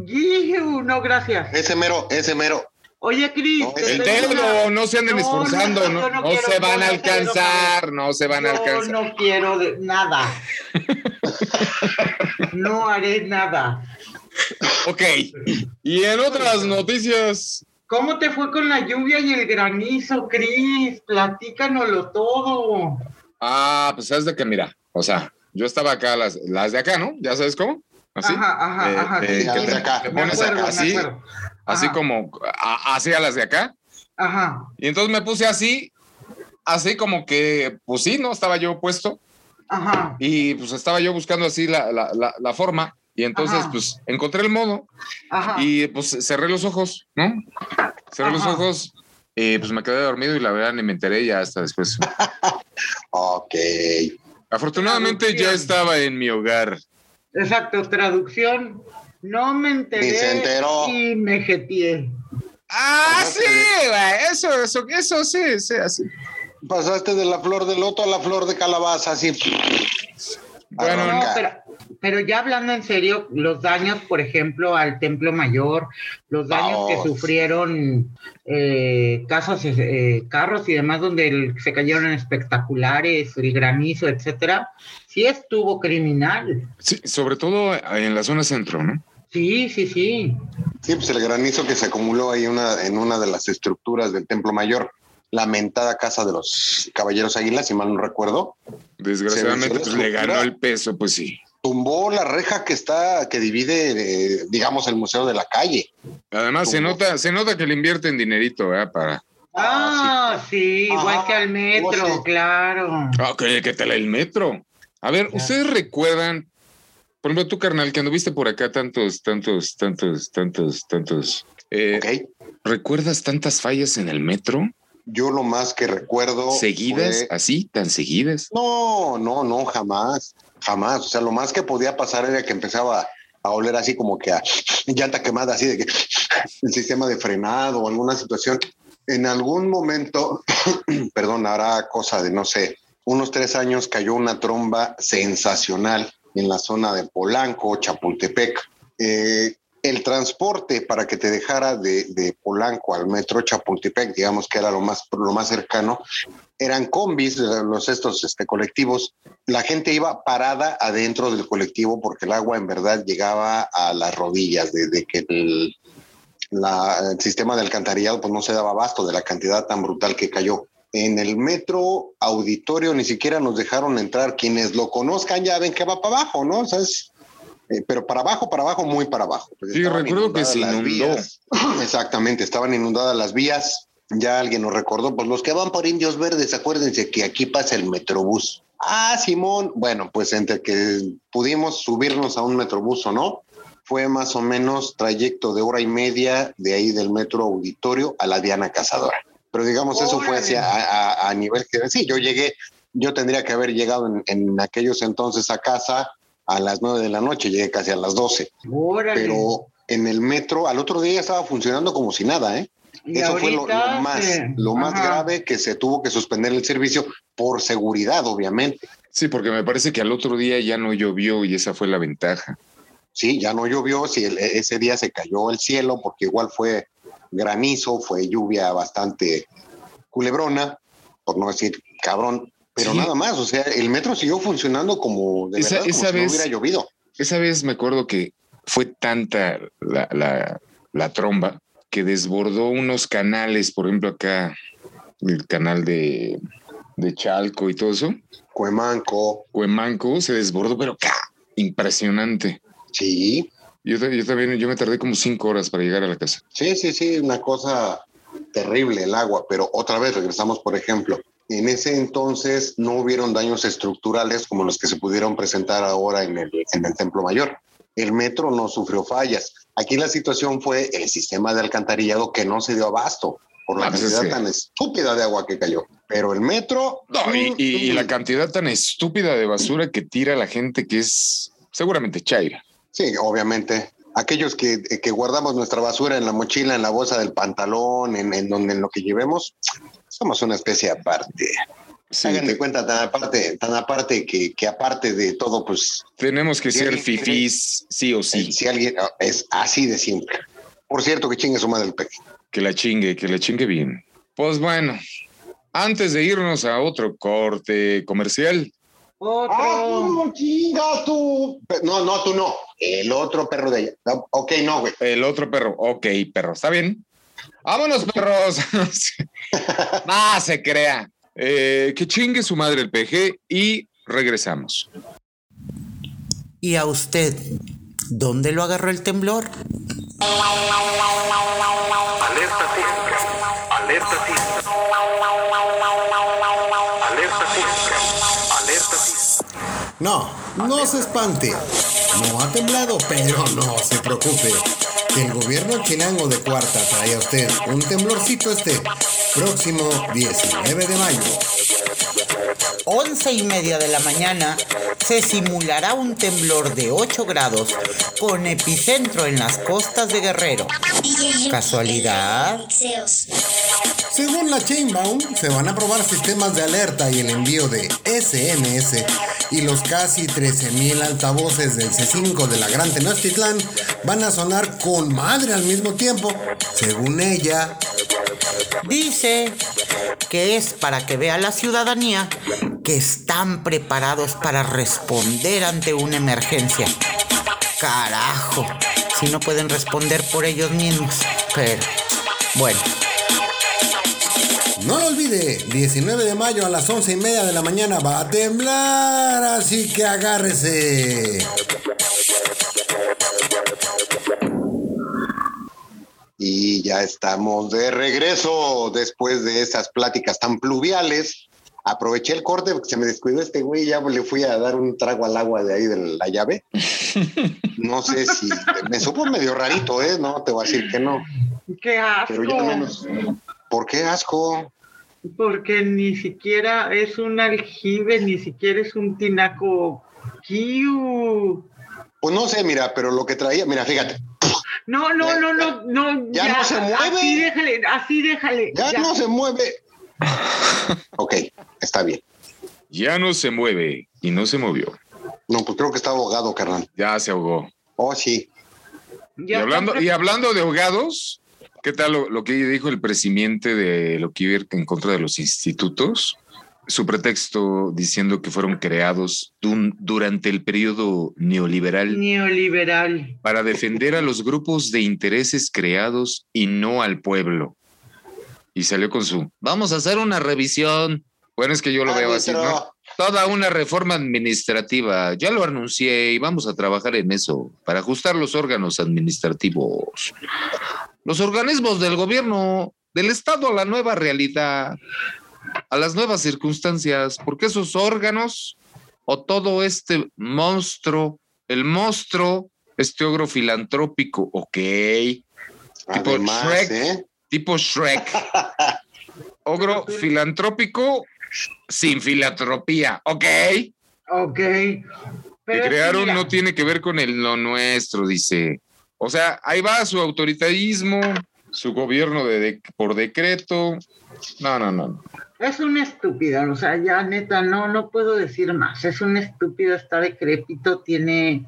Speaker 5: Iu, uh, no, gracias.
Speaker 3: Ese mero, ese mero.
Speaker 5: Oye, Cris.
Speaker 3: No,
Speaker 5: te
Speaker 4: El
Speaker 5: tengo
Speaker 4: dedo,
Speaker 5: una-
Speaker 4: no se anden
Speaker 5: No, no,
Speaker 4: esforzando.
Speaker 5: no,
Speaker 4: No,
Speaker 5: yo no
Speaker 4: no
Speaker 5: quiero,
Speaker 4: se van
Speaker 5: no,
Speaker 4: a
Speaker 5: no quiero,
Speaker 4: alcanzar. No se van a
Speaker 5: Yo
Speaker 4: alcanzar.
Speaker 5: no quiero de- nada. No haré nada.
Speaker 4: Ok. Y en otras noticias,
Speaker 5: ¿Cómo te fue con la lluvia y el granizo, Cris? Platícanoslo todo.
Speaker 4: Ah, pues es de que mira, o sea, yo estaba acá, las, las de acá, ¿no? ¿Ya sabes cómo? Así.
Speaker 5: Ajá, ajá,
Speaker 4: Eh,
Speaker 5: ajá,
Speaker 4: eh,
Speaker 5: sí,
Speaker 4: que
Speaker 5: sí.
Speaker 4: te,
Speaker 3: acá.
Speaker 4: te
Speaker 5: Me
Speaker 4: pones
Speaker 5: acuerdo,
Speaker 4: acá, ¿Ah,
Speaker 5: me
Speaker 4: así,
Speaker 5: acuerdo.
Speaker 4: así
Speaker 5: Ajá.
Speaker 4: como, a- así a las de acá.
Speaker 5: Ajá.
Speaker 4: Y entonces me puse así, así como que, pues sí, ¿no? Estaba yo puesto
Speaker 5: Ajá.
Speaker 4: y pues estaba yo buscando así la, la, la, la forma. Y entonces,
Speaker 5: Ajá.
Speaker 4: pues encontré el modo
Speaker 5: Ajá.
Speaker 4: y pues cerré los ojos, ¿no? Cerré los
Speaker 5: Ajá.
Speaker 4: ojos. eh, pues me quedé dormido y la verdad ni me enteré ya hasta después.
Speaker 3: Ok.
Speaker 4: Afortunadamente ya
Speaker 5: Traducción.
Speaker 4: estaba en mi hogar.
Speaker 5: Exacto, traducción. No me enteré
Speaker 3: Ni se enteró.
Speaker 5: y me jeteé.
Speaker 4: Ah,
Speaker 3: Ajá, Ah,
Speaker 4: sí,
Speaker 3: que-
Speaker 4: güey, eso, eso, eso, sí, sí, así.
Speaker 3: Pasaste de la flor de loto a la flor de calabaza, así.
Speaker 4: Bueno,
Speaker 5: No,
Speaker 3: Arranca.
Speaker 5: pero, pero ya hablando en serio, los daños, por ejemplo, al Templo Mayor, los daños
Speaker 3: Vamos.
Speaker 5: que sufrieron eh, casas, eh, carros y demás donde el- se cayeron espectaculares, el granizo, etcétera, sí estuvo criminal.
Speaker 4: sí, sobre todo en la zona centro, ¿no?
Speaker 5: Sí, sí, sí.
Speaker 3: Sí, pues el granizo que se acumuló ahí una, en una de las estructuras del Templo Mayor, lamentada casa de los Caballeros Águilas, si mal no recuerdo,
Speaker 4: Desgraciadamente,
Speaker 3: Se venció
Speaker 4: pues
Speaker 3: la
Speaker 4: le ganó
Speaker 3: estructura.
Speaker 4: el peso, pues sí.
Speaker 3: tumbó la reja que está, que divide, eh, digamos, el museo de la calle.
Speaker 4: Además, se
Speaker 3: Tumbó.
Speaker 4: nota, se nota que le invierten dinerito, ¿verdad? Para.
Speaker 5: Ah,
Speaker 3: Ah,
Speaker 5: sí,
Speaker 3: Ajá,
Speaker 5: igual que al metro,
Speaker 3: no sé.
Speaker 5: claro.
Speaker 4: Ah, que, que tal el metro. A ver, ¿ustedes recuerdan? Por ejemplo, tú, carnal, que anduviste por acá tantos, tantos, tantos, tantos, tantos. eh,
Speaker 3: Ok.
Speaker 4: ¿Recuerdas tantas fallas en el metro?
Speaker 3: Yo lo más que recuerdo.
Speaker 4: ¿Seguidas?
Speaker 3: fue-
Speaker 4: ¿Así? ¿Tan seguidas?
Speaker 3: No, no, no, jamás. Jamás. O sea, lo más que podía pasar era que empezaba a oler así como que a llanta quemada, así de que el sistema de frenado o alguna situación. En algún momento, perdón, hará cosa de no sé, unos tres años cayó una tromba sensacional en la zona de Polanco, Chapultepec. Eh, el transporte para que te dejara de, de Polanco al metro Chapultepec, digamos que era lo más, lo más cercano, eran combis, eh, los estos este, colectivos, la gente iba parada adentro del colectivo porque el agua en verdad llegaba a las rodillas, desde que el, la- el sistema de alcantarillado pues, no se daba abasto de la cantidad tan brutal que cayó. En el metro auditorio ni siquiera nos dejaron entrar. Quienes lo conozcan ya ven que va para abajo, ¿no? O sea, es, eh, pero para abajo, para abajo, muy para abajo. Pues
Speaker 4: Sí,
Speaker 3: estaban
Speaker 4: recuerdo que
Speaker 3: inundadas
Speaker 4: se
Speaker 3: las
Speaker 4: inundó.
Speaker 3: vías. Exactamente, estaban inundadas las vías. Ya alguien nos recordó, pues los que van por Indios Verdes, acuérdense que aquí pasa el Metrobús. Ah, Simón. Bueno, pues entre que pudimos subirnos a un Metrobús o no, fue más o menos trayecto de hora y media de ahí del Metro Auditorio a la Diana Cazadora. Pero digamos, eso fue
Speaker 5: Órale.
Speaker 3: hacia, a, a- a nivel que... Sí, yo llegué, yo tendría que haber llegado en, en aquellos entonces a casa a las nueve de la noche, llegué casi a las doce
Speaker 5: Órale.
Speaker 3: pero en el metro al otro día estaba funcionando como si nada, ¿eh?
Speaker 5: Y
Speaker 3: Eso fue lo,
Speaker 5: ahorita,
Speaker 3: lo más,
Speaker 5: eh,
Speaker 3: lo más
Speaker 5: ajá.
Speaker 3: grave que se tuvo que suspender el servicio por seguridad, obviamente.
Speaker 4: Sí, porque me parece que al otro día ya no llovió y esa fue la ventaja.
Speaker 3: Sí, ya no llovió, si el- e, ese día se cayó el cielo porque igual fue granizo, fue lluvia bastante culebrona. por no decir cabrón, pero
Speaker 4: Sí.
Speaker 3: nada más, o sea, el metro siguió funcionando como de
Speaker 4: Esa-
Speaker 3: verdad, como
Speaker 4: esa
Speaker 3: si no
Speaker 4: vez-
Speaker 3: hubiera llovido.
Speaker 4: Esa vez me acuerdo que fue tanta la, la- la tromba que desbordó unos canales, por ejemplo, acá, el canal de, de Chalco y todo eso.
Speaker 3: Cuemanco,
Speaker 4: Cuemanco se desbordó, pero ¡ca! impresionante.
Speaker 3: sí,
Speaker 4: Yo, ta- yo también, yo me tardé como cinco horas para llegar a la casa.
Speaker 3: sí, sí, sí, una cosa terrible el agua, pero otra vez regresamos, por ejemplo, en ese entonces no hubieron daños estructurales como los que se pudieron presentar ahora en el, en el Templo Mayor. El metro no sufrió fallas. Aquí la situación fue el sistema de alcantarillado que no se dio abasto por la
Speaker 4: Ah, pues es
Speaker 3: cantidad
Speaker 4: que-
Speaker 3: tan estúpida de agua que cayó. Pero el metro...
Speaker 4: No, y, y- y la cantidad tan estúpida de basura que tira la gente que es seguramente Chaira.
Speaker 3: Sí, obviamente. Aquellos que, que guardamos nuestra basura en la mochila, en la bolsa del pantalón, en, en donde en lo que llevemos, somos una especie aparte.
Speaker 4: Sí,
Speaker 3: Hagan
Speaker 4: te-
Speaker 3: de cuenta tan aparte, tan aparte que, que aparte de todo, pues
Speaker 4: tenemos que
Speaker 3: Sí,
Speaker 4: ser
Speaker 3: alguien quiere-
Speaker 4: fifís, sí o sí.
Speaker 3: si alguien ah, es así de simple. Por cierto, que chingue su madre el peje.
Speaker 4: Que la chingue, que la chingue bien. Pues bueno, antes de irnos a otro corte comercial,
Speaker 3: Ah,
Speaker 5: Otro.
Speaker 3: chinga tú! No, no, tú no. El otro perro de ella. No, ok, no, güey.
Speaker 4: el otro perro. Ok, perro, ¿está bien? ¡Vámonos, perros! ¡Ah, se crea! Eh, que chingue su madre el PG y regresamos.
Speaker 2: ¿Y a usted? ¿Dónde lo agarró el temblor?
Speaker 7: Alerta sísmica. Alerta sísmica. Alerta sísmica. Alerta sísmica.
Speaker 1: No, no se espante. No ha temblado, pero no se preocupe. Que el gobierno chilango de Cuarta trae a usted un temblorcito este próximo 19 de mayo.
Speaker 2: 11 y media de la mañana se simulará un temblor de 8 grados con epicentro en las costas de Guerrero. ¿Casualidad?
Speaker 1: Según la Chainbaum, se van a aprobar sistemas de alerta y el envío de SMS y los casi 13.000 altavoces del C5 de la Gran Tenochtitlán van a sonar con madre al mismo tiempo, según ella.
Speaker 2: Dice que es para que vea la ciudadanía que están preparados para responder ante una emergencia. Carajo, si no pueden responder por ellos mismos. Pero, bueno,
Speaker 1: No lo olvide, 19 de mayo a las 11 y media de la mañana va a temblar, así que agárrese.
Speaker 3: Y ya estamos de regreso después de esas pláticas tan pluviales. Aproveché el corte porque se me descuidó este güey, ya le fui a dar un trago al agua de ahí de la llave. No sé si me supo medio rarito, ¿eh? No, te voy a decir que no.
Speaker 5: Qué asco.
Speaker 3: Pero ya no nos- ¿Por qué asco?
Speaker 5: Porque ni siquiera es un aljibe, ni siquiera es un tinaco. ¡Kiu!
Speaker 3: Pues no sé, mira, pero lo que traía, mira, fíjate,
Speaker 5: No, no, no, no, no.
Speaker 3: Ya no se mueve.
Speaker 5: Así déjale, así déjale.
Speaker 3: ya,
Speaker 5: ya.
Speaker 3: no se mueve. Ok, está bien.
Speaker 4: Ya no se mueve y no se movió.
Speaker 3: No, pues creo que está ahogado, carnal.
Speaker 4: Ya se ahogó.
Speaker 3: Oh, sí.
Speaker 4: Y
Speaker 5: Ya
Speaker 4: hablando,
Speaker 5: está-
Speaker 4: y hablando de ahogados, ¿qué tal lo, lo que dijo el presidente de lo que iba en contra de los institutos? Su pretexto diciendo que fueron creados dun- durante el periodo neoliberal
Speaker 5: Neoliberal.
Speaker 4: para defender a los grupos de intereses creados y no al pueblo. Y salió con su, vamos a hacer una revisión. Bueno, es que yo lo veo así,
Speaker 3: Árbitro.
Speaker 4: ¿no? Toda una reforma administrativa. Ya lo anuncié y vamos a trabajar en eso, para ajustar los órganos administrativos. Los organismos del gobierno, del Estado a la nueva realidad, a las nuevas circunstancias, porque esos órganos o todo este monstruo, el monstruo, este ogro filantrópico, ok, Tipo
Speaker 3: Además,
Speaker 4: Shrek.
Speaker 3: ¿eh?
Speaker 4: tipo Shrek. Ogro filantrópico sin filantropía, ok.
Speaker 5: Ok.
Speaker 4: Que
Speaker 5: es que
Speaker 4: crearon
Speaker 5: mira,
Speaker 4: no tiene que ver con el, lo nuestro, dice. O sea, ahí va su autoritarismo, su gobierno de, de- por decreto. No, no, no.
Speaker 5: Es una estúpida, o sea, ya neta, no, no puedo decir más. Es un estúpido, está decrépito, tiene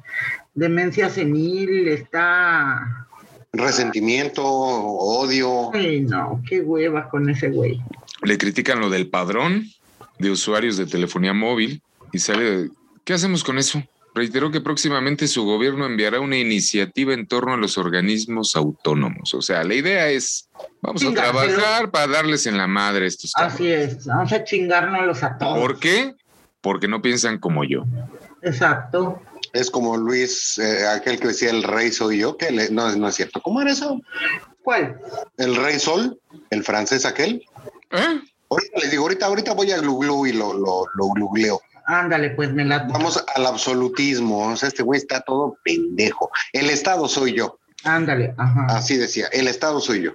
Speaker 5: demencia senil, está
Speaker 3: resentimiento, odio.
Speaker 5: Ay, no, qué hueva con ese güey.
Speaker 4: Le critican lo del padrón de usuarios de telefonía móvil y sale. ¿Qué hacemos con eso? Reiteró que próximamente su gobierno enviará una iniciativa en torno a los organismos autónomos. O sea, la idea es, vamos a
Speaker 5: Chingárselo.
Speaker 4: trabajar para darles en la madre a estos. cabrones.
Speaker 5: Así es, vamos a chingárnoslos a todos.
Speaker 4: ¿Por qué? Porque no piensan como yo.
Speaker 5: Exacto.
Speaker 3: Es como Luis, eh, aquel que decía el rey soy yo, que le- no, no es cierto. ¿Cómo era eso?
Speaker 5: ¿Cuál?
Speaker 3: El rey sol, el francés aquel.
Speaker 4: ¿Eh?
Speaker 3: Ahorita les digo, ahorita voy a glu glu y lo, lo, lo glugleo.
Speaker 5: Ándale, pues me la
Speaker 3: Vamos al absolutismo. O sea, este güey está todo pendejo. El Estado soy yo.
Speaker 5: Ándale, ajá.
Speaker 3: Así decía, el Estado soy yo.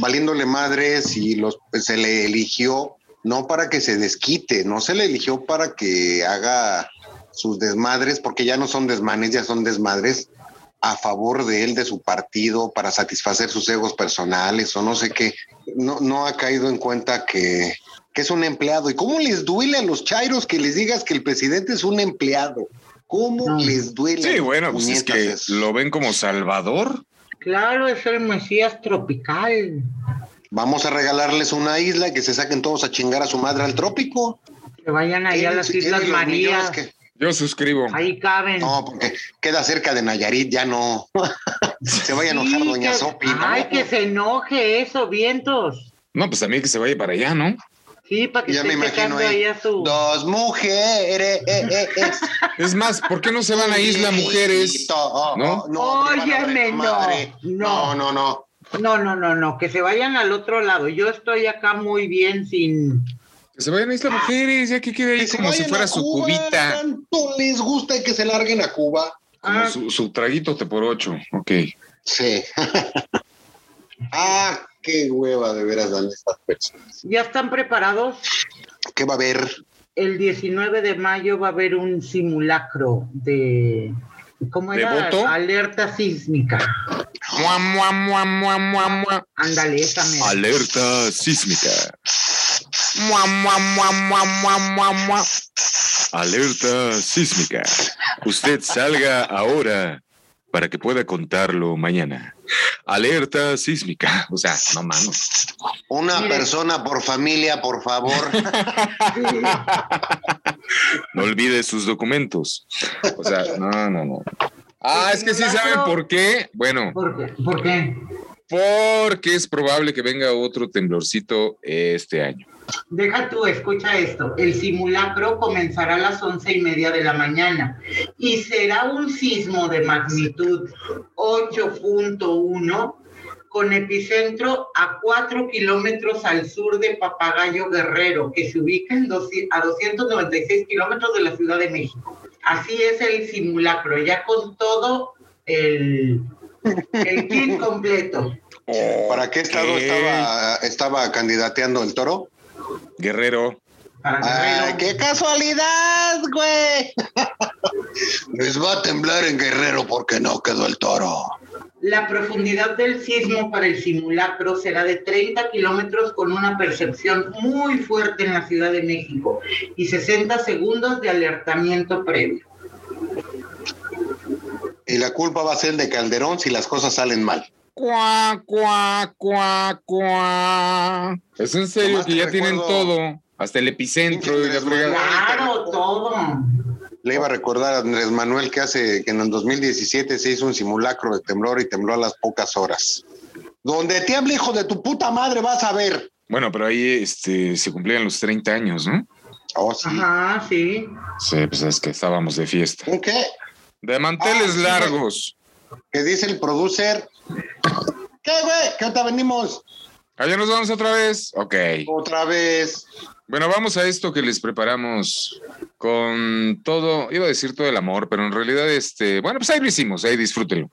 Speaker 3: Valiéndole madres y los, se le eligió no para que se desquite, no se le eligió para que haga sus desmadres, porque ya no son desmanes, ya son desmadres a favor de él, de su partido, para satisfacer sus egos personales o no sé qué. No, no ha caído en cuenta que, que es un empleado. ¿Y cómo les duele a los chairos que les digas que el presidente es un empleado? ¿Cómo
Speaker 5: No.
Speaker 3: les duele?
Speaker 4: Sí, bueno, pues es que
Speaker 3: puñetas, eso?
Speaker 4: lo ven como salvador.
Speaker 5: Claro, es el Mesías tropical.
Speaker 3: Vamos a regalarles una isla y que se saquen todos a chingar a su madre al trópico.
Speaker 5: Que vayan allá a las
Speaker 3: Quieren-
Speaker 5: Islas
Speaker 3: quieren los millones
Speaker 5: Marías.
Speaker 3: que-
Speaker 4: Yo suscribo.
Speaker 5: Ahí caben.
Speaker 3: No, porque queda cerca de Nayarit, ya no. se vaya a
Speaker 5: Sí,
Speaker 3: enojar doña
Speaker 5: que-
Speaker 3: Sopi. ¿no?
Speaker 5: Ay, que se enoje eso, vientos.
Speaker 4: No, pues también que se vaya para allá, ¿no?
Speaker 5: Sí, para que
Speaker 3: Ya
Speaker 5: esté
Speaker 3: me imagino
Speaker 5: checando
Speaker 3: ahí.
Speaker 5: ahí a su.
Speaker 3: Dos mujeres. eh,
Speaker 4: Es más, ¿por qué no se van a Isla Mujeres? ¿No?
Speaker 3: oh, No, no, te van a
Speaker 5: Óyeme,
Speaker 3: reír,
Speaker 5: no,
Speaker 3: madre.
Speaker 5: no.
Speaker 3: no, no, no.
Speaker 5: No, no, no, no, que se vayan al otro lado. Yo estoy acá muy bien sin.
Speaker 4: Que se vayan a Isla Mujeres, ya que quede ahí
Speaker 3: Que se
Speaker 4: como si
Speaker 3: vayan
Speaker 4: fuera
Speaker 3: a
Speaker 4: su
Speaker 3: Cuba,
Speaker 4: cubita.
Speaker 3: Tanto les gusta que se larguen a Cuba.
Speaker 4: Como
Speaker 5: Ah,
Speaker 4: su, su traguito te por ocho. Ok.
Speaker 3: Sí. ah, qué hueva de veras dan estas personas.
Speaker 5: ya están preparados.
Speaker 3: ¿Qué va a haber?
Speaker 5: El 19 de mayo va a haber un simulacro de. ¿Cómo
Speaker 4: ¿De
Speaker 5: era?
Speaker 4: voto?
Speaker 5: Alerta sísmica.
Speaker 4: Mua, mua, mua, mua, mua, mua.
Speaker 5: Ándale, esa mera.
Speaker 4: Alerta sísmica. Mua, mua, mua, mua, mua, mua, mua. Alerta sísmica. Usted salga ahora para que pueda contarlo mañana. Alerta sísmica. O sea, Ah, no mames.
Speaker 3: Una
Speaker 5: Mire.
Speaker 3: persona por familia, por favor.
Speaker 4: No olvide sus documentos. O sea, no, no, no. Ah, es que sí saben por qué. Bueno,
Speaker 5: ¿Por qué? ¿Por qué?
Speaker 4: porque es probable que venga otro temblorcito este año.
Speaker 5: Deja tú, escucha esto. El simulacro comenzará a las once y media de la mañana y será un sismo de magnitud 8.1 con epicentro a 4 kilómetros al sur de Papagayo Guerrero, que se ubica en doci- a 296 kilómetros de la Ciudad de México. Así es el simulacro, ya con todo el, el kit completo.
Speaker 3: ¿Para qué estado
Speaker 4: Ok.
Speaker 3: estaba, estaba candidateando el toro?
Speaker 4: Guerrero.
Speaker 5: Para Guerrero.
Speaker 3: ¡Ay, qué casualidad, güey! Les va a temblar en Guerrero porque no quedó el toro.
Speaker 5: La profundidad del sismo para el simulacro será de 30 kilómetros con una percepción muy fuerte en la Ciudad de México y 60 segundos de alertamiento previo.
Speaker 3: Y la culpa va a ser de Calderón si las cosas salen mal.
Speaker 4: Cuá, cuá, cuá, cuá. Es en serio
Speaker 3: Nomás
Speaker 4: que
Speaker 3: te
Speaker 4: ya tienen
Speaker 3: recuerdo-
Speaker 4: todo. Hasta el epicentro y la
Speaker 3: Pinche
Speaker 4: fregada.
Speaker 5: Claro, todo.
Speaker 3: Le iba a recordar a Andrés Manuel que hace que en el 2017 se hizo un simulacro de temblor y tembló a las pocas horas. Donde tiemble, hijo de tu puta madre, vas a ver.
Speaker 4: Bueno, pero ahí este, se cumplían los 30 años, ¿no?
Speaker 3: Oh, sí.
Speaker 5: Ajá, sí.
Speaker 4: Sí, pues es que estábamos de fiesta.
Speaker 3: ¿Un qué?
Speaker 4: De manteles
Speaker 3: Ah, sí,
Speaker 4: largos.
Speaker 3: Que dice el producer. ¿Qué, güey? ¿Qué ahorita venimos?
Speaker 4: Allá nos vamos otra vez. Ok.
Speaker 3: Otra vez.
Speaker 4: Bueno, vamos a esto que les preparamos con todo, iba a decir todo el amor, pero en realidad, este, bueno, pues ahí lo hicimos, ahí disfrútenlo.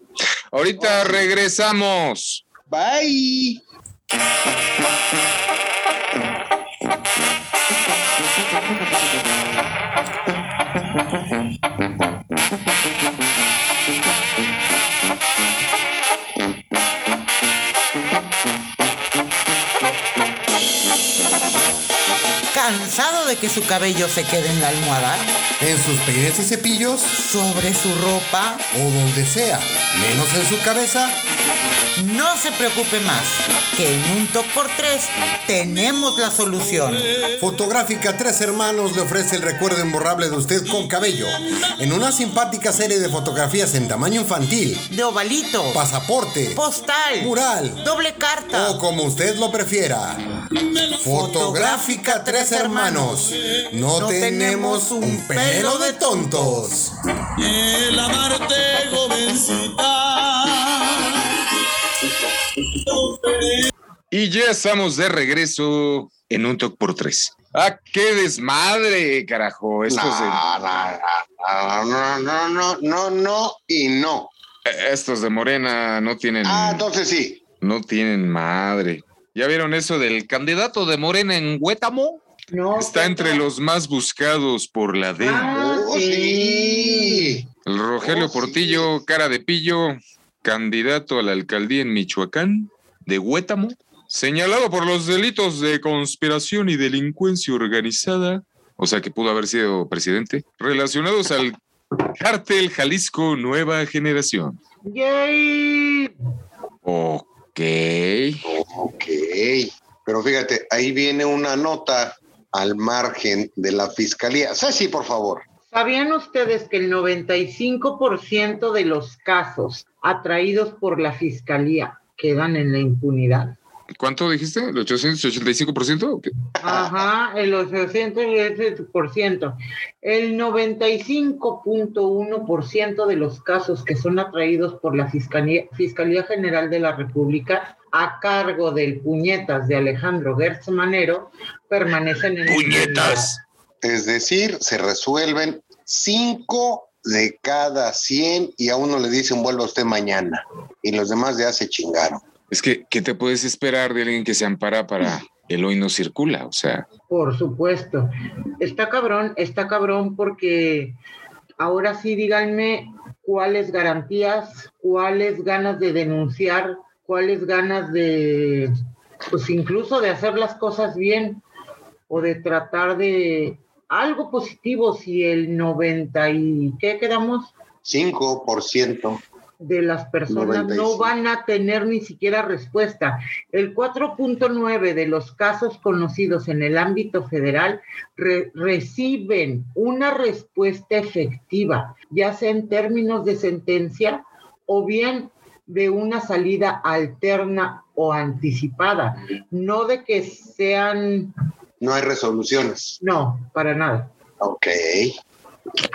Speaker 4: Ahorita regresamos.
Speaker 3: Bye.
Speaker 2: ¿Cansado de que su cabello se quede en la almohada?
Speaker 1: En sus peines y cepillos
Speaker 2: ¿Sobre su ropa?
Speaker 1: o donde sea, menos en su cabeza.
Speaker 2: No se preocupe más, que en un top por tres tenemos la solución.
Speaker 1: Fotográfica Tres Hermanos le ofrece el recuerdo imborrable de usted con cabello en una simpática serie de fotografías en tamaño infantil,
Speaker 2: De ovalito,
Speaker 1: pasaporte,
Speaker 2: postal,
Speaker 1: mural.
Speaker 2: doble carta.
Speaker 1: o como usted lo prefiera. Fotográfica Tres Hermanos. No,
Speaker 2: No
Speaker 1: tenemos un pelo de tontos.
Speaker 8: El amarte, jovencita.
Speaker 4: Y ya estamos de regreso en un Talk por tres. ¡Ah, qué desmadre, carajo! Esto, es de,
Speaker 3: No, no, no, no, no, no, no y no.
Speaker 4: eh, estos de Morena no tienen,
Speaker 3: Ah, entonces sí.
Speaker 4: no tienen madre. ¿Ya vieron eso del candidato de Morena en Huétamo?
Speaker 5: No,
Speaker 4: Está entre los más buscados por la D.
Speaker 5: Ah,
Speaker 3: Oh,
Speaker 5: sí.
Speaker 3: sí.
Speaker 4: El Rogelio
Speaker 3: Oh, sí.
Speaker 4: Portillo, cara de pillo, candidato a la alcaldía en Michoacán, de Huétamo, señalado por los delitos de conspiración y delincuencia organizada, o sea que pudo haber sido presidente, relacionados al cártel Jalisco Nueva Generación.
Speaker 5: Yay.
Speaker 4: Ok.
Speaker 3: Ok. Pero fíjate, ahí viene una nota al margen de la fiscalía. Ceci, por favor.
Speaker 5: ¿Sabían ustedes que el 95% de los casos atraídos por la fiscalía quedan en la impunidad?
Speaker 4: ¿Cuánto dijiste? ¿El 885%? Ok.
Speaker 5: Ajá, el 810%. El 95.1% de los casos que son atraídos por la Fiscalía, Fiscalía General de la República a cargo del puñetas de Alejandro Gertz Manero permanecen en
Speaker 4: ¡Puñetas!
Speaker 3: Es decir, se resuelven cinco de cada 100 y a uno le dicen vuelva usted mañana y los demás ya se chingaron.
Speaker 4: Es que, ¿qué te puedes esperar de alguien que se ampara para el hoy no circula? O sea,
Speaker 5: Por supuesto. Está cabrón, está cabrón porque ahora sí díganme cuáles garantías, cuáles ganas de denunciar, cuáles ganas de, pues incluso de hacer las cosas bien o de tratar de algo positivo si el 90 y qué quedamos
Speaker 3: 5%.
Speaker 5: de las personas
Speaker 3: 95.
Speaker 5: no van a tener ni siquiera respuesta. El 4.9 de los casos conocidos en el ámbito federal re- reciben una respuesta efectiva, ya sea en términos de sentencia o bien de una salida alterna o anticipada, no de que sean,
Speaker 3: No hay resoluciones.
Speaker 5: no, para nada.
Speaker 3: Ok.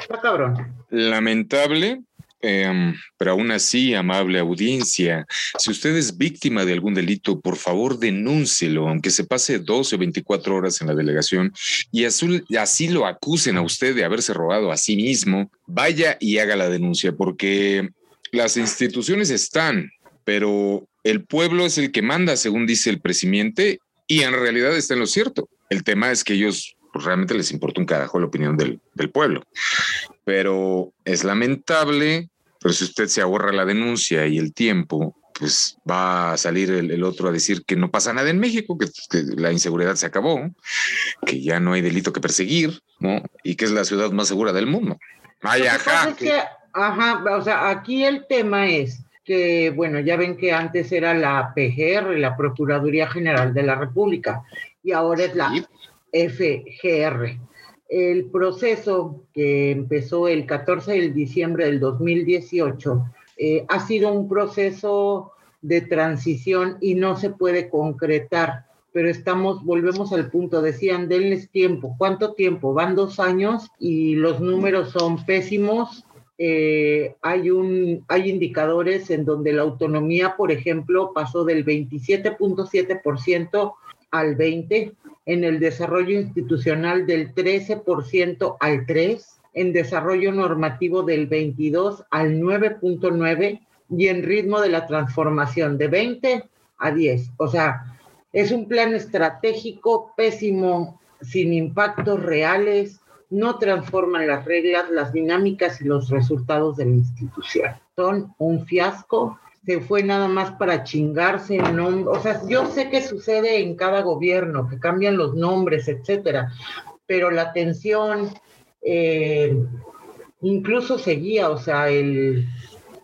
Speaker 5: Está cabrón.
Speaker 4: lamentable, em, pero aún así, amable audiencia, si usted es víctima de algún delito, por favor denúncelo, aunque se pase 12 o 24 horas en la delegación y azul- así lo acusen a usted de haberse robado a sí mismo, vaya y haga la denuncia, porque las instituciones están, pero el pueblo es el que manda, según dice el presidente, y en realidad está en lo cierto. El tema es que ellos pues, realmente les importa un carajo la opinión del- del pueblo pero es lamentable, pero si usted se ahorra la denuncia y el tiempo, pues va a salir el, el otro a decir que no pasa nada en México, que, que la inseguridad se acabó, que ya no hay delito que perseguir, ¿no? Y que es la ciudad más segura del mundo. Ay,
Speaker 5: Lo que pasa
Speaker 4: ajá.
Speaker 5: es que, ajá, o sea, aquí el tema es que, bueno, ya ven que antes era la PGR, la Procuraduría General de la República, y ahora es la
Speaker 3: Sí.
Speaker 5: FGR. El proceso que empezó el 14 de diciembre del 2018 eh, ha sido un proceso de transición y no se puede concretar, pero estamos, volvemos al punto, decían, denles tiempo, ¿cuánto tiempo? Van dos años y los números son pésimos. Eh, hay, un, hay indicadores en donde la autonomía, por ejemplo, pasó del 27.7% al 20%, en el desarrollo institucional del 13% al 3%, en desarrollo normativo del 22 al 9.9% y en ritmo de la transformación de 20 a 10. O sea, es un plan estratégico pésimo, sin impactos reales, no transforman las reglas, las dinámicas y los resultados de la institución. Son un fiasco, se fue nada más para chingarse el nombre. O sea, yo sé que sucede en cada gobierno, que cambian los nombres, etcétera, pero la tensión eh, incluso seguía, o sea, el,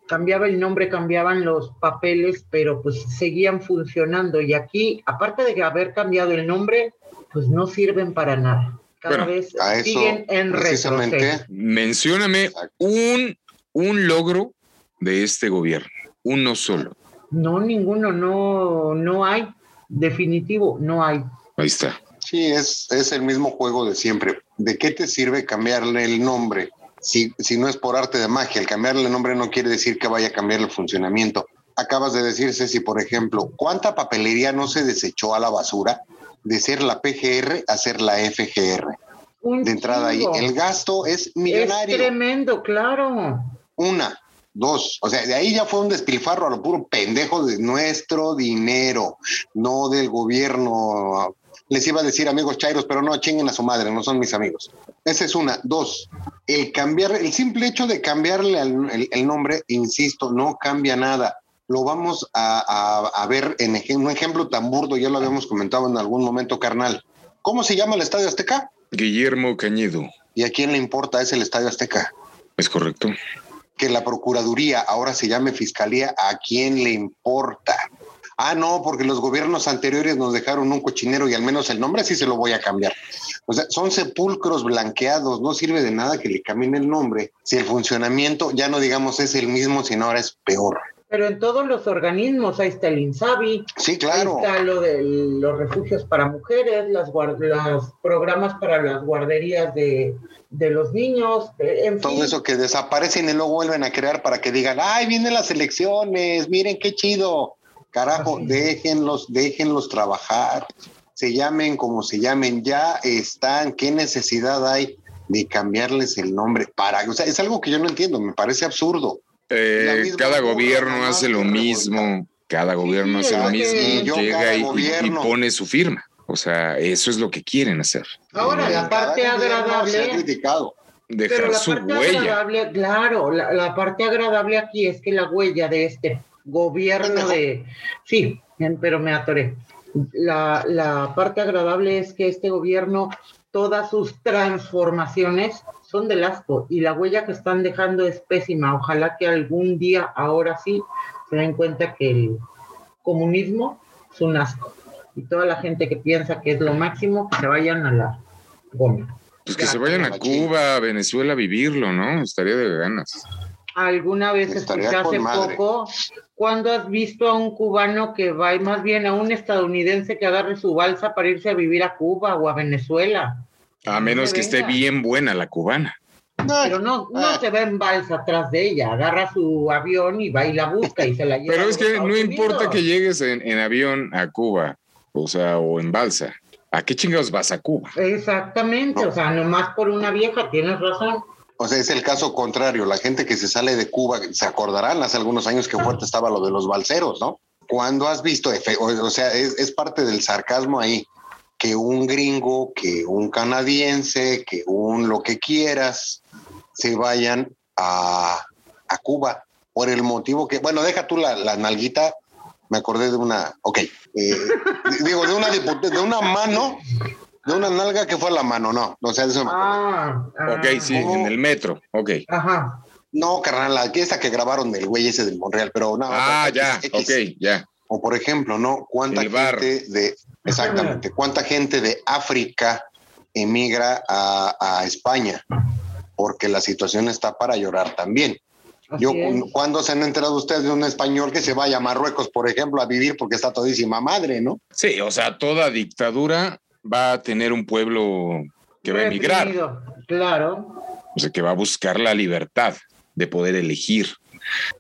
Speaker 5: cambiaba el nombre, cambiaban los papeles, pero pues seguían funcionando. Y aquí, aparte de haber cambiado el nombre, pues no sirven para nada. Cada
Speaker 4: Bueno,
Speaker 5: vez
Speaker 3: a eso,
Speaker 5: siguen en
Speaker 3: precisamente.
Speaker 5: retroceso.
Speaker 4: Mencióname un, un logro de este gobierno. Uno solo.
Speaker 5: No, ninguno, no, no hay. Definitivo, no hay.
Speaker 4: Ahí está.
Speaker 3: Sí, es, es el mismo juego de siempre. ¿De qué te sirve cambiarle el nombre? Si, si no es por arte de magia, el cambiarle el nombre no quiere decir que vaya a cambiar el funcionamiento. Acabas de decir, Ceci, por ejemplo, ¿cuánta papelería no se desechó a la basura de ser la PGR a ser la FGR?
Speaker 5: Un
Speaker 3: De entrada ahí,
Speaker 5: chingo.
Speaker 3: el gasto es
Speaker 5: Es
Speaker 3: millonario.
Speaker 5: tremendo, claro.
Speaker 3: Una, dos. O sea, de ahí ya fue un despilfarro a lo puro pendejo de nuestro dinero, no del gobierno. Les iba a decir amigos chairos, pero no chinguen a su madre, no son mis amigos. Esa es una. Dos, el cambiar, el simple hecho de cambiarle al- el, el nombre, insisto, no cambia nada. Lo vamos a, a- a ver en ej- un ejemplo tan burdo, ya lo habíamos comentado en algún momento, carnal. ¿Cómo se llama el Estadio Azteca?
Speaker 4: Guillermo Cañedo.
Speaker 3: ¿Y a quién le importa? Es el Estadio Azteca.
Speaker 4: ¿Es correcto?
Speaker 3: que la Procuraduría ahora se llame Fiscalía, ¿a quién le importa? Ah, no, porque los gobiernos anteriores nos dejaron un cochinero y al menos el nombre sí se lo voy a cambiar. O sea, son sepulcros blanqueados, no sirve de nada que le cambien el nombre si el funcionamiento ya no digamos es el mismo, sino ahora es peor.
Speaker 5: Pero en todos los organismos, ahí está el INSABI,
Speaker 3: Sí, claro.
Speaker 5: ahí está lo de los refugios para mujeres, las guar- los programas para las guarderías de, de los niños, eh, en
Speaker 3: Todo
Speaker 5: fin.
Speaker 3: eso que desaparecen y luego vuelven a crear para que digan, ay, vienen las elecciones, miren qué chido. Carajo,
Speaker 5: Así es.
Speaker 3: déjenlos, déjenlos trabajar. Se llamen como se llamen, ya están. ¿Qué necesidad hay de cambiarles el nombre? Para, o sea, es algo que yo no entiendo, me parece absurdo.
Speaker 4: Eh,
Speaker 3: La misma
Speaker 4: cada
Speaker 3: burra,
Speaker 4: gobierno
Speaker 3: nomás
Speaker 4: hace
Speaker 3: que
Speaker 4: lo
Speaker 3: revolcada.
Speaker 4: mismo. Cada gobierno hace lo
Speaker 5: es
Speaker 4: mismo.
Speaker 5: que
Speaker 3: yo
Speaker 4: Llega
Speaker 3: cada
Speaker 4: y- y- y
Speaker 3: gobierno-
Speaker 4: pone su firma. O sea, eso es lo que quieren hacer.
Speaker 5: Ahora,
Speaker 3: Cada
Speaker 5: la parte
Speaker 3: gobierno se ha
Speaker 5: agradable,
Speaker 3: criticado.
Speaker 5: pero
Speaker 4: Dejar
Speaker 5: la
Speaker 4: su
Speaker 5: parte
Speaker 4: huella.
Speaker 5: agradable, claro, la, la parte agradable aquí es que la huella de este gobierno
Speaker 3: Pendejo.
Speaker 5: de... Sí, en- pero me atoré. La, la parte agradable es que este gobierno, todas sus transformaciones son del asco y la huella que están dejando es pésima. Ojalá que algún día, ahora sí, se den cuenta que el comunismo es un asco. Y toda la gente que piensa que es lo máximo, que se vayan a la goma.
Speaker 4: Pues que se vayan a
Speaker 3: la chingada.
Speaker 4: Cuba, a Venezuela a vivirlo, ¿no? Estaría de ganas.
Speaker 5: ¿Alguna vez
Speaker 3: Estaría
Speaker 5: escuchaste
Speaker 3: con madre.
Speaker 5: poco cuando has visto a un cubano que va, y más bien a un estadounidense que agarre su balsa para irse a vivir a Cuba o a Venezuela?
Speaker 4: A menos que esté
Speaker 5: venga.
Speaker 4: bien buena la cubana.
Speaker 3: Ay,
Speaker 5: Pero no, no
Speaker 3: Ah.
Speaker 5: se va en balsa atrás de ella, agarra su avión y va y la busca y se la lleva. a
Speaker 4: Pero
Speaker 5: los
Speaker 4: es que
Speaker 5: Estados
Speaker 4: no importa
Speaker 5: Unidos.
Speaker 4: que llegues en, en avión a Cuba, o sea, o en balsa. ¿A qué chingados vas a Cuba?
Speaker 5: Exactamente, o sea, nomás por una vieja, tienes razón.
Speaker 3: O sea, es el caso contrario. La gente que se sale de Cuba, se acordarán hace algunos años que fuerte estaba lo de los balseros, ¿no? Cuando has visto, efe- o o sea, es, es parte del sarcasmo ahí, que un gringo, que un canadiense, que un lo que quieras, se vayan a, a Cuba por el motivo que, bueno, deja tú la, la nalguita, me acordé de una, ok, eh, di- digo, de una, dipu- de una mano, de una nalga que fue a la mano, no, o sea, de eso me acordé.
Speaker 5: Ah, ah,
Speaker 4: Ok, sí,
Speaker 3: ¿cómo?
Speaker 4: en el metro. Ok.
Speaker 5: Ajá.
Speaker 3: No, carnal, aquí esa que grabaron del güey ese del Monreal, pero no.
Speaker 4: Ah,
Speaker 3: X,
Speaker 4: ya,
Speaker 3: X.
Speaker 4: ok, ya.
Speaker 3: O por ejemplo, ¿no? ¿Cuánta
Speaker 4: El bar.
Speaker 3: gente de. Exactamente. ¿Cuánta gente de África emigra a, a España? Porque la situación está para llorar también.
Speaker 5: así
Speaker 3: Yo,
Speaker 5: es.
Speaker 3: ¿Cuándo se han enterado ustedes de un español que se vaya a Marruecos, por ejemplo, a vivir porque está todísima madre, ¿no?
Speaker 4: Sí, o sea, toda dictadura va a tener un pueblo que va a emigrar,
Speaker 5: Reprimido, Claro.
Speaker 4: o sea, que va a buscar la libertad de poder elegir.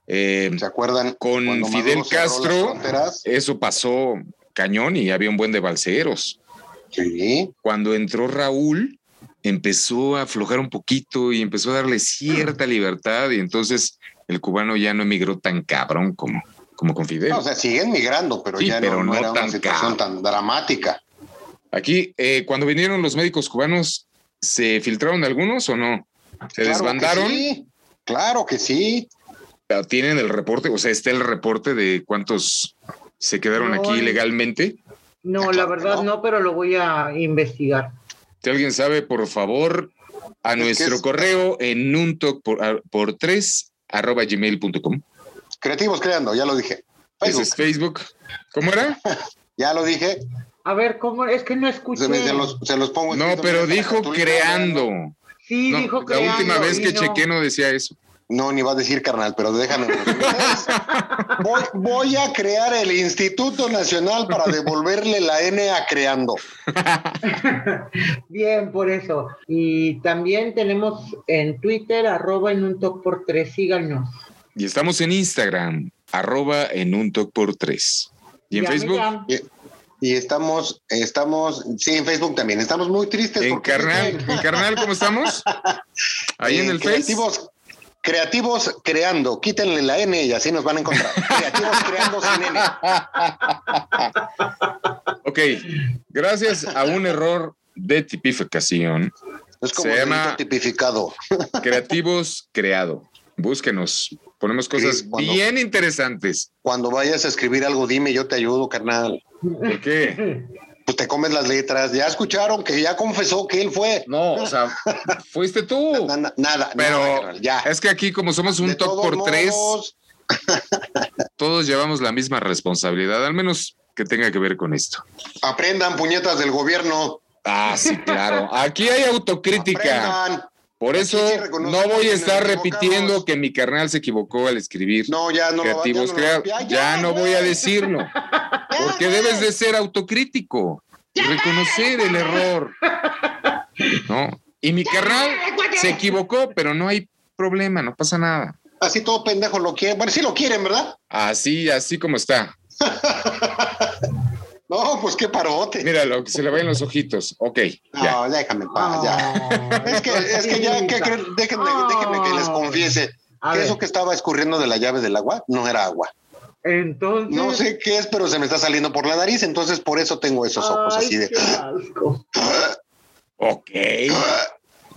Speaker 4: Eh,
Speaker 3: ¿Se acuerdan?
Speaker 4: Con
Speaker 3: cuando
Speaker 4: Fidel
Speaker 3: Maduro cerró las
Speaker 4: Castro.
Speaker 3: fronteras?
Speaker 4: eso pasó cañón y había un buen de balseros. Eh.
Speaker 3: Sí.
Speaker 4: Cuando entró Raúl, empezó a aflojar un poquito y empezó a darle cierta libertad y entonces el cubano ya no emigró tan cabrón como, como con Fidel.
Speaker 3: No, o sea, siguen migrando, pero
Speaker 4: Sí,
Speaker 3: ya no-
Speaker 4: pero
Speaker 3: no,
Speaker 4: no
Speaker 3: era una
Speaker 4: tan
Speaker 3: situación tan dramática.
Speaker 4: Aquí, eh, cuando vinieron los médicos cubanos, ¿se filtraron algunos o no? ¿Se
Speaker 3: Claro que
Speaker 4: desbandaron?
Speaker 3: sí, Claro que sí.
Speaker 4: ¿Tienen el reporte? O sea, ¿está el reporte de cuántos se quedaron
Speaker 5: No,
Speaker 4: aquí
Speaker 5: el-
Speaker 4: ilegalmente?
Speaker 5: No,
Speaker 3: Claro
Speaker 5: la
Speaker 3: que
Speaker 5: verdad
Speaker 3: no.
Speaker 5: no, pero lo voy a investigar.
Speaker 4: Si alguien sabe, por favor, a
Speaker 3: que
Speaker 4: nuestro
Speaker 3: es-
Speaker 4: correo en un por, a- por tres arroba gmail.com.
Speaker 3: Creativos Creando, ya lo dije.
Speaker 4: Ese
Speaker 3: Facebook,
Speaker 4: es Facebook. ¿Cómo era?
Speaker 3: ya lo dije.
Speaker 5: A ver, ¿cómo? Es que no escuché.
Speaker 3: Se, me- se los, se los pongo.
Speaker 4: No,
Speaker 3: escrito
Speaker 4: pero
Speaker 3: en la
Speaker 4: dijo
Speaker 3: cartulina.
Speaker 4: creando.
Speaker 5: sí,
Speaker 4: No,
Speaker 5: dijo
Speaker 4: la
Speaker 5: creando
Speaker 4: última vez
Speaker 5: y
Speaker 4: que
Speaker 5: no.
Speaker 4: chequé no decía eso.
Speaker 3: No, ni va a decir carnal, pero déjame. voy, voy a crear el Instituto Nacional para devolverle la N a creando.
Speaker 5: Bien, por eso. Y también tenemos en Twitter, arroba en un top por tres, síganos.
Speaker 4: Y estamos en Instagram, arroba en un talk por tres. Y en
Speaker 5: Ya,
Speaker 4: Facebook,
Speaker 5: mira.
Speaker 3: Y, y estamos, estamos, sí, en Facebook también. Estamos muy tristes.
Speaker 4: en
Speaker 3: porque-
Speaker 4: carnal, en carnal, ¿cómo estamos? Ahí en el Face.
Speaker 3: creativos, Creativos creando, quítenle la N y así nos van a encontrar. Creativos creando sin N.
Speaker 4: Ok, gracias a un error de tipificación,
Speaker 3: Es como
Speaker 4: Se
Speaker 3: delito
Speaker 4: llama-
Speaker 3: tipificado.
Speaker 4: creativos creado. Búsquenos, ponemos cosas
Speaker 3: Sí, cuando-
Speaker 4: bien interesantes.
Speaker 3: Cuando vayas a escribir algo, dime, yo te ayudo, carnal.
Speaker 4: ¿Por qué?
Speaker 3: Pues te comes las letras. Ya escucharon que ya confesó que él fue.
Speaker 4: No, o sea, fuiste tú.
Speaker 3: Na- na- nada, nada,
Speaker 4: Pero
Speaker 3: carnal, ya.
Speaker 4: es que aquí, como somos un
Speaker 3: De
Speaker 4: top
Speaker 3: todos
Speaker 4: por tres,
Speaker 3: modos,
Speaker 4: todos llevamos la misma responsabilidad, al menos que tenga que ver con esto.
Speaker 3: Aprendan puñetas del gobierno.
Speaker 4: Ah, sí, claro. Aquí hay autocrítica.
Speaker 3: Aprendan.
Speaker 4: Por
Speaker 3: Aquí
Speaker 4: eso
Speaker 3: sí
Speaker 4: no
Speaker 3: reconocemos
Speaker 4: voy a
Speaker 3: que
Speaker 4: estar
Speaker 3: nos
Speaker 4: repitiendo
Speaker 3: equivocamos.
Speaker 4: que mi carnal se equivocó al escribir
Speaker 3: No, ya no lo va- ya no
Speaker 4: creativos
Speaker 3: lo
Speaker 4: creados.
Speaker 3: va-
Speaker 4: Ya,
Speaker 3: ya,
Speaker 4: no
Speaker 3: güey.
Speaker 4: voy a decirlo, porque debes de ser autocrítico y reconocer el error. ¿No? Y mi carnal se equivocó, pero no hay problema, no pasa nada.
Speaker 3: Así todo pendejo lo quieren. Bueno, sí lo quieren, ¿verdad?
Speaker 4: Así, así como está.
Speaker 3: No, pues qué parote.
Speaker 4: Mira, lo que se le vayan los ojitos. Ok, ya.
Speaker 3: No, déjame en paz, Ah,
Speaker 5: Ah.
Speaker 3: ya. Es que, es que ya, ¿qué creen? déjenme, déjenme que les confiese.
Speaker 5: Ah. A
Speaker 3: que
Speaker 5: ver.
Speaker 3: eso que estaba escurriendo de la llave del agua no era agua.
Speaker 5: Entonces.
Speaker 3: No sé qué es, pero se me está saliendo por la nariz, entonces por eso tengo esos ojos
Speaker 5: Ay,
Speaker 3: así de.
Speaker 5: qué asco.
Speaker 4: Ok.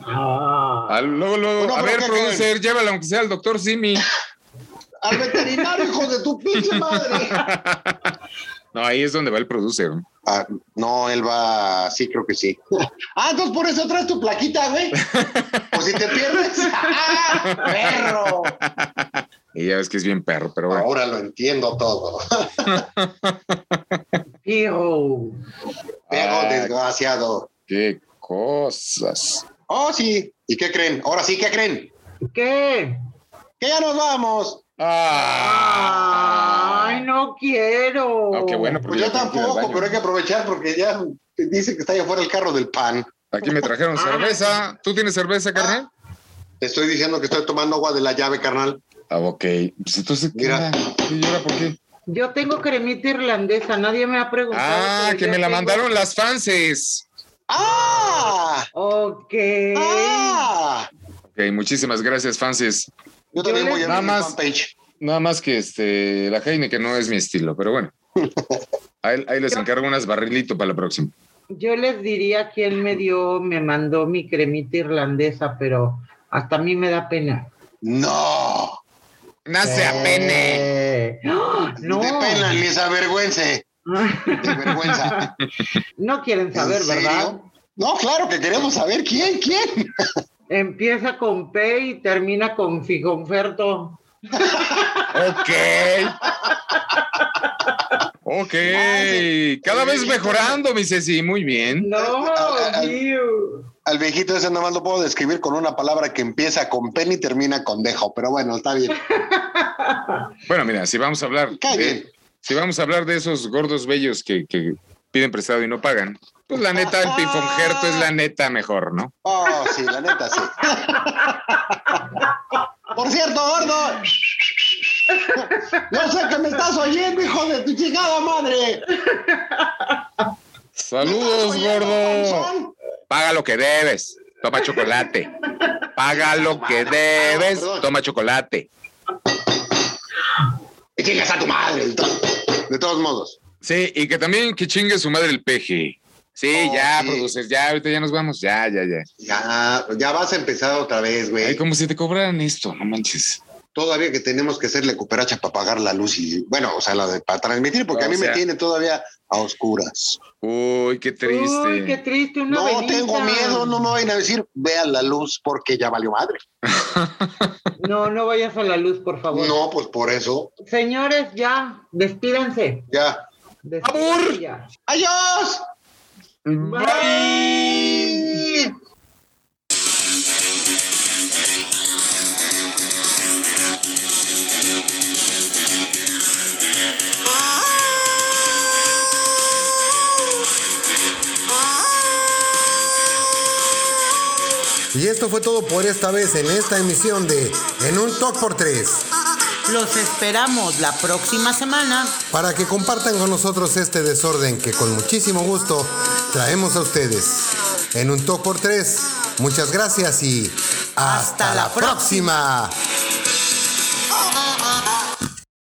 Speaker 5: Ah.
Speaker 4: Ah, luego, luego.
Speaker 3: Bueno,
Speaker 4: a
Speaker 3: pero
Speaker 4: ver,
Speaker 3: ¿qué
Speaker 4: producer, llévala aunque sea al doctor Simi.
Speaker 3: Al veterinario, hijo de tu pinche madre.
Speaker 4: No, ahí es donde va el producer.
Speaker 3: Ah, no, él va, sí, creo que sí. Ah, entonces por eso traes tu plaquita, güey. O si te pierdes. ¡Ah, perro!
Speaker 4: Y ya ves que es bien perro, pero bueno.
Speaker 3: Ahora lo entiendo todo.
Speaker 5: Hijo.
Speaker 3: Perro
Speaker 4: Ah,
Speaker 3: desgraciado.
Speaker 4: qué cosas.
Speaker 3: Oh, sí. ¿Y qué creen? Ahora sí, ¿qué creen?
Speaker 5: ¿Qué?
Speaker 3: Que ya nos vamos.
Speaker 4: Ah.
Speaker 5: Ay, no quiero.
Speaker 4: Ah, qué bueno, porque
Speaker 3: Pues yo
Speaker 4: ya tengo que ir al
Speaker 3: tampoco,
Speaker 4: baño.
Speaker 3: pero hay que aprovechar porque ya dice que está allá afuera el carro del pan.
Speaker 4: Aquí me trajeron cerveza. ¿Tú tienes cerveza, carnal?
Speaker 3: Te estoy diciendo que estoy tomando agua de la llave, carnal.
Speaker 4: Ah, ok. Pues entonces, ¿qué
Speaker 3: Mira.
Speaker 4: era? ¿Qué llora por qué?
Speaker 5: Yo tengo cremita irlandesa, nadie me ha preguntado.
Speaker 4: Ah,
Speaker 5: pero
Speaker 4: que
Speaker 5: yo
Speaker 4: me la
Speaker 5: tengo-
Speaker 4: mandaron las fanses.
Speaker 3: ¡Ah!
Speaker 5: Ok.
Speaker 3: ¡Ah!
Speaker 4: Ok, muchísimas gracias, fanses.
Speaker 3: Yo también
Speaker 5: Yo
Speaker 3: voy
Speaker 5: les-
Speaker 3: a
Speaker 4: Nada
Speaker 3: abrir mi
Speaker 4: más-
Speaker 3: fanpage.
Speaker 4: Nada más que este, la Heine, que no es mi estilo, pero bueno. Ahí, ahí les encargo unas barrilito para la próxima.
Speaker 5: Yo les diría quién me dio, me mandó mi cremita irlandesa, pero hasta a mí me da pena.
Speaker 3: ¡No!
Speaker 4: No
Speaker 3: Ah,
Speaker 4: se apene.
Speaker 5: Eh, ¡ah! No,
Speaker 3: De pena, les avergüence. De vergüenza.
Speaker 5: no quieren saber,
Speaker 3: ¿En
Speaker 5: ¿verdad?
Speaker 3: serio? No, claro que queremos saber quién, quién.
Speaker 5: Empieza con P y termina con Figonferto.
Speaker 4: Ok. Ok. Cada vez mejorando, mi Ceci. Muy bien.
Speaker 5: No,
Speaker 3: Ah, ah,
Speaker 5: Dios.
Speaker 3: Al viejito ese nada más lo puedo describir con una palabra que empieza con pen y termina con dejo, pero bueno, está bien.
Speaker 4: Bueno, mira, si vamos a hablar.
Speaker 3: Cae
Speaker 4: de-
Speaker 3: bien.
Speaker 4: si vamos a hablar de esos gordos bellos que, que piden prestado y no pagan, pues la neta, el pifonjerto es la neta mejor, ¿no?
Speaker 3: Oh, sí, la neta, sí. Por cierto, gordo. Yo sé que me estás oyendo, hijo de tu chingada madre.
Speaker 4: Saludos, gordo.
Speaker 3: Panzón.
Speaker 4: Paga lo que debes. Toma chocolate. Paga lo que debes.
Speaker 3: perdón.
Speaker 4: Toma chocolate.
Speaker 3: Y chingas a tu madre. de to- De todos modos.
Speaker 4: Sí, y que también que chingue su madre el peje. Sí,
Speaker 3: Oh,
Speaker 4: ya,
Speaker 3: sí.
Speaker 4: produces, ya, ahorita ya nos vamos. Ya, ya, ya.
Speaker 3: Ya, ya vas a empezar otra vez,
Speaker 4: Ay,
Speaker 3: güey.
Speaker 4: como si te cobraran esto, no manches.
Speaker 3: todavía que tenemos que hacerle cooperacha para pagar la luz y, bueno, o sea, la de, para transmitir, porque
Speaker 4: O
Speaker 3: a mí
Speaker 4: sea.
Speaker 3: me tiene todavía a oscuras.
Speaker 4: Uy, qué triste.
Speaker 5: Uy, qué triste, una
Speaker 3: No
Speaker 5: velita.
Speaker 3: tengo miedo, no me vayan a decir, vean la luz porque ya valió madre.
Speaker 5: No, no vayas a la luz, por
Speaker 4: Ah,
Speaker 5: favor.
Speaker 3: No, pues por eso,
Speaker 5: Señores, ya, despídanse.
Speaker 3: ya.
Speaker 5: Despídanse
Speaker 4: ¡Abur!
Speaker 5: ya.
Speaker 3: ¡Adiós!
Speaker 4: Mm.
Speaker 5: Bye.
Speaker 1: Y esto fue todo por esta vez en esta emisión de En un Talk por 3.
Speaker 2: Los esperamos la próxima semana.
Speaker 1: Para que compartan con nosotros este desorden que con muchísimo gusto traemos a ustedes. En un Talk por 3. Muchas gracias y hasta,
Speaker 2: Hasta
Speaker 1: la,
Speaker 2: la
Speaker 1: próxima.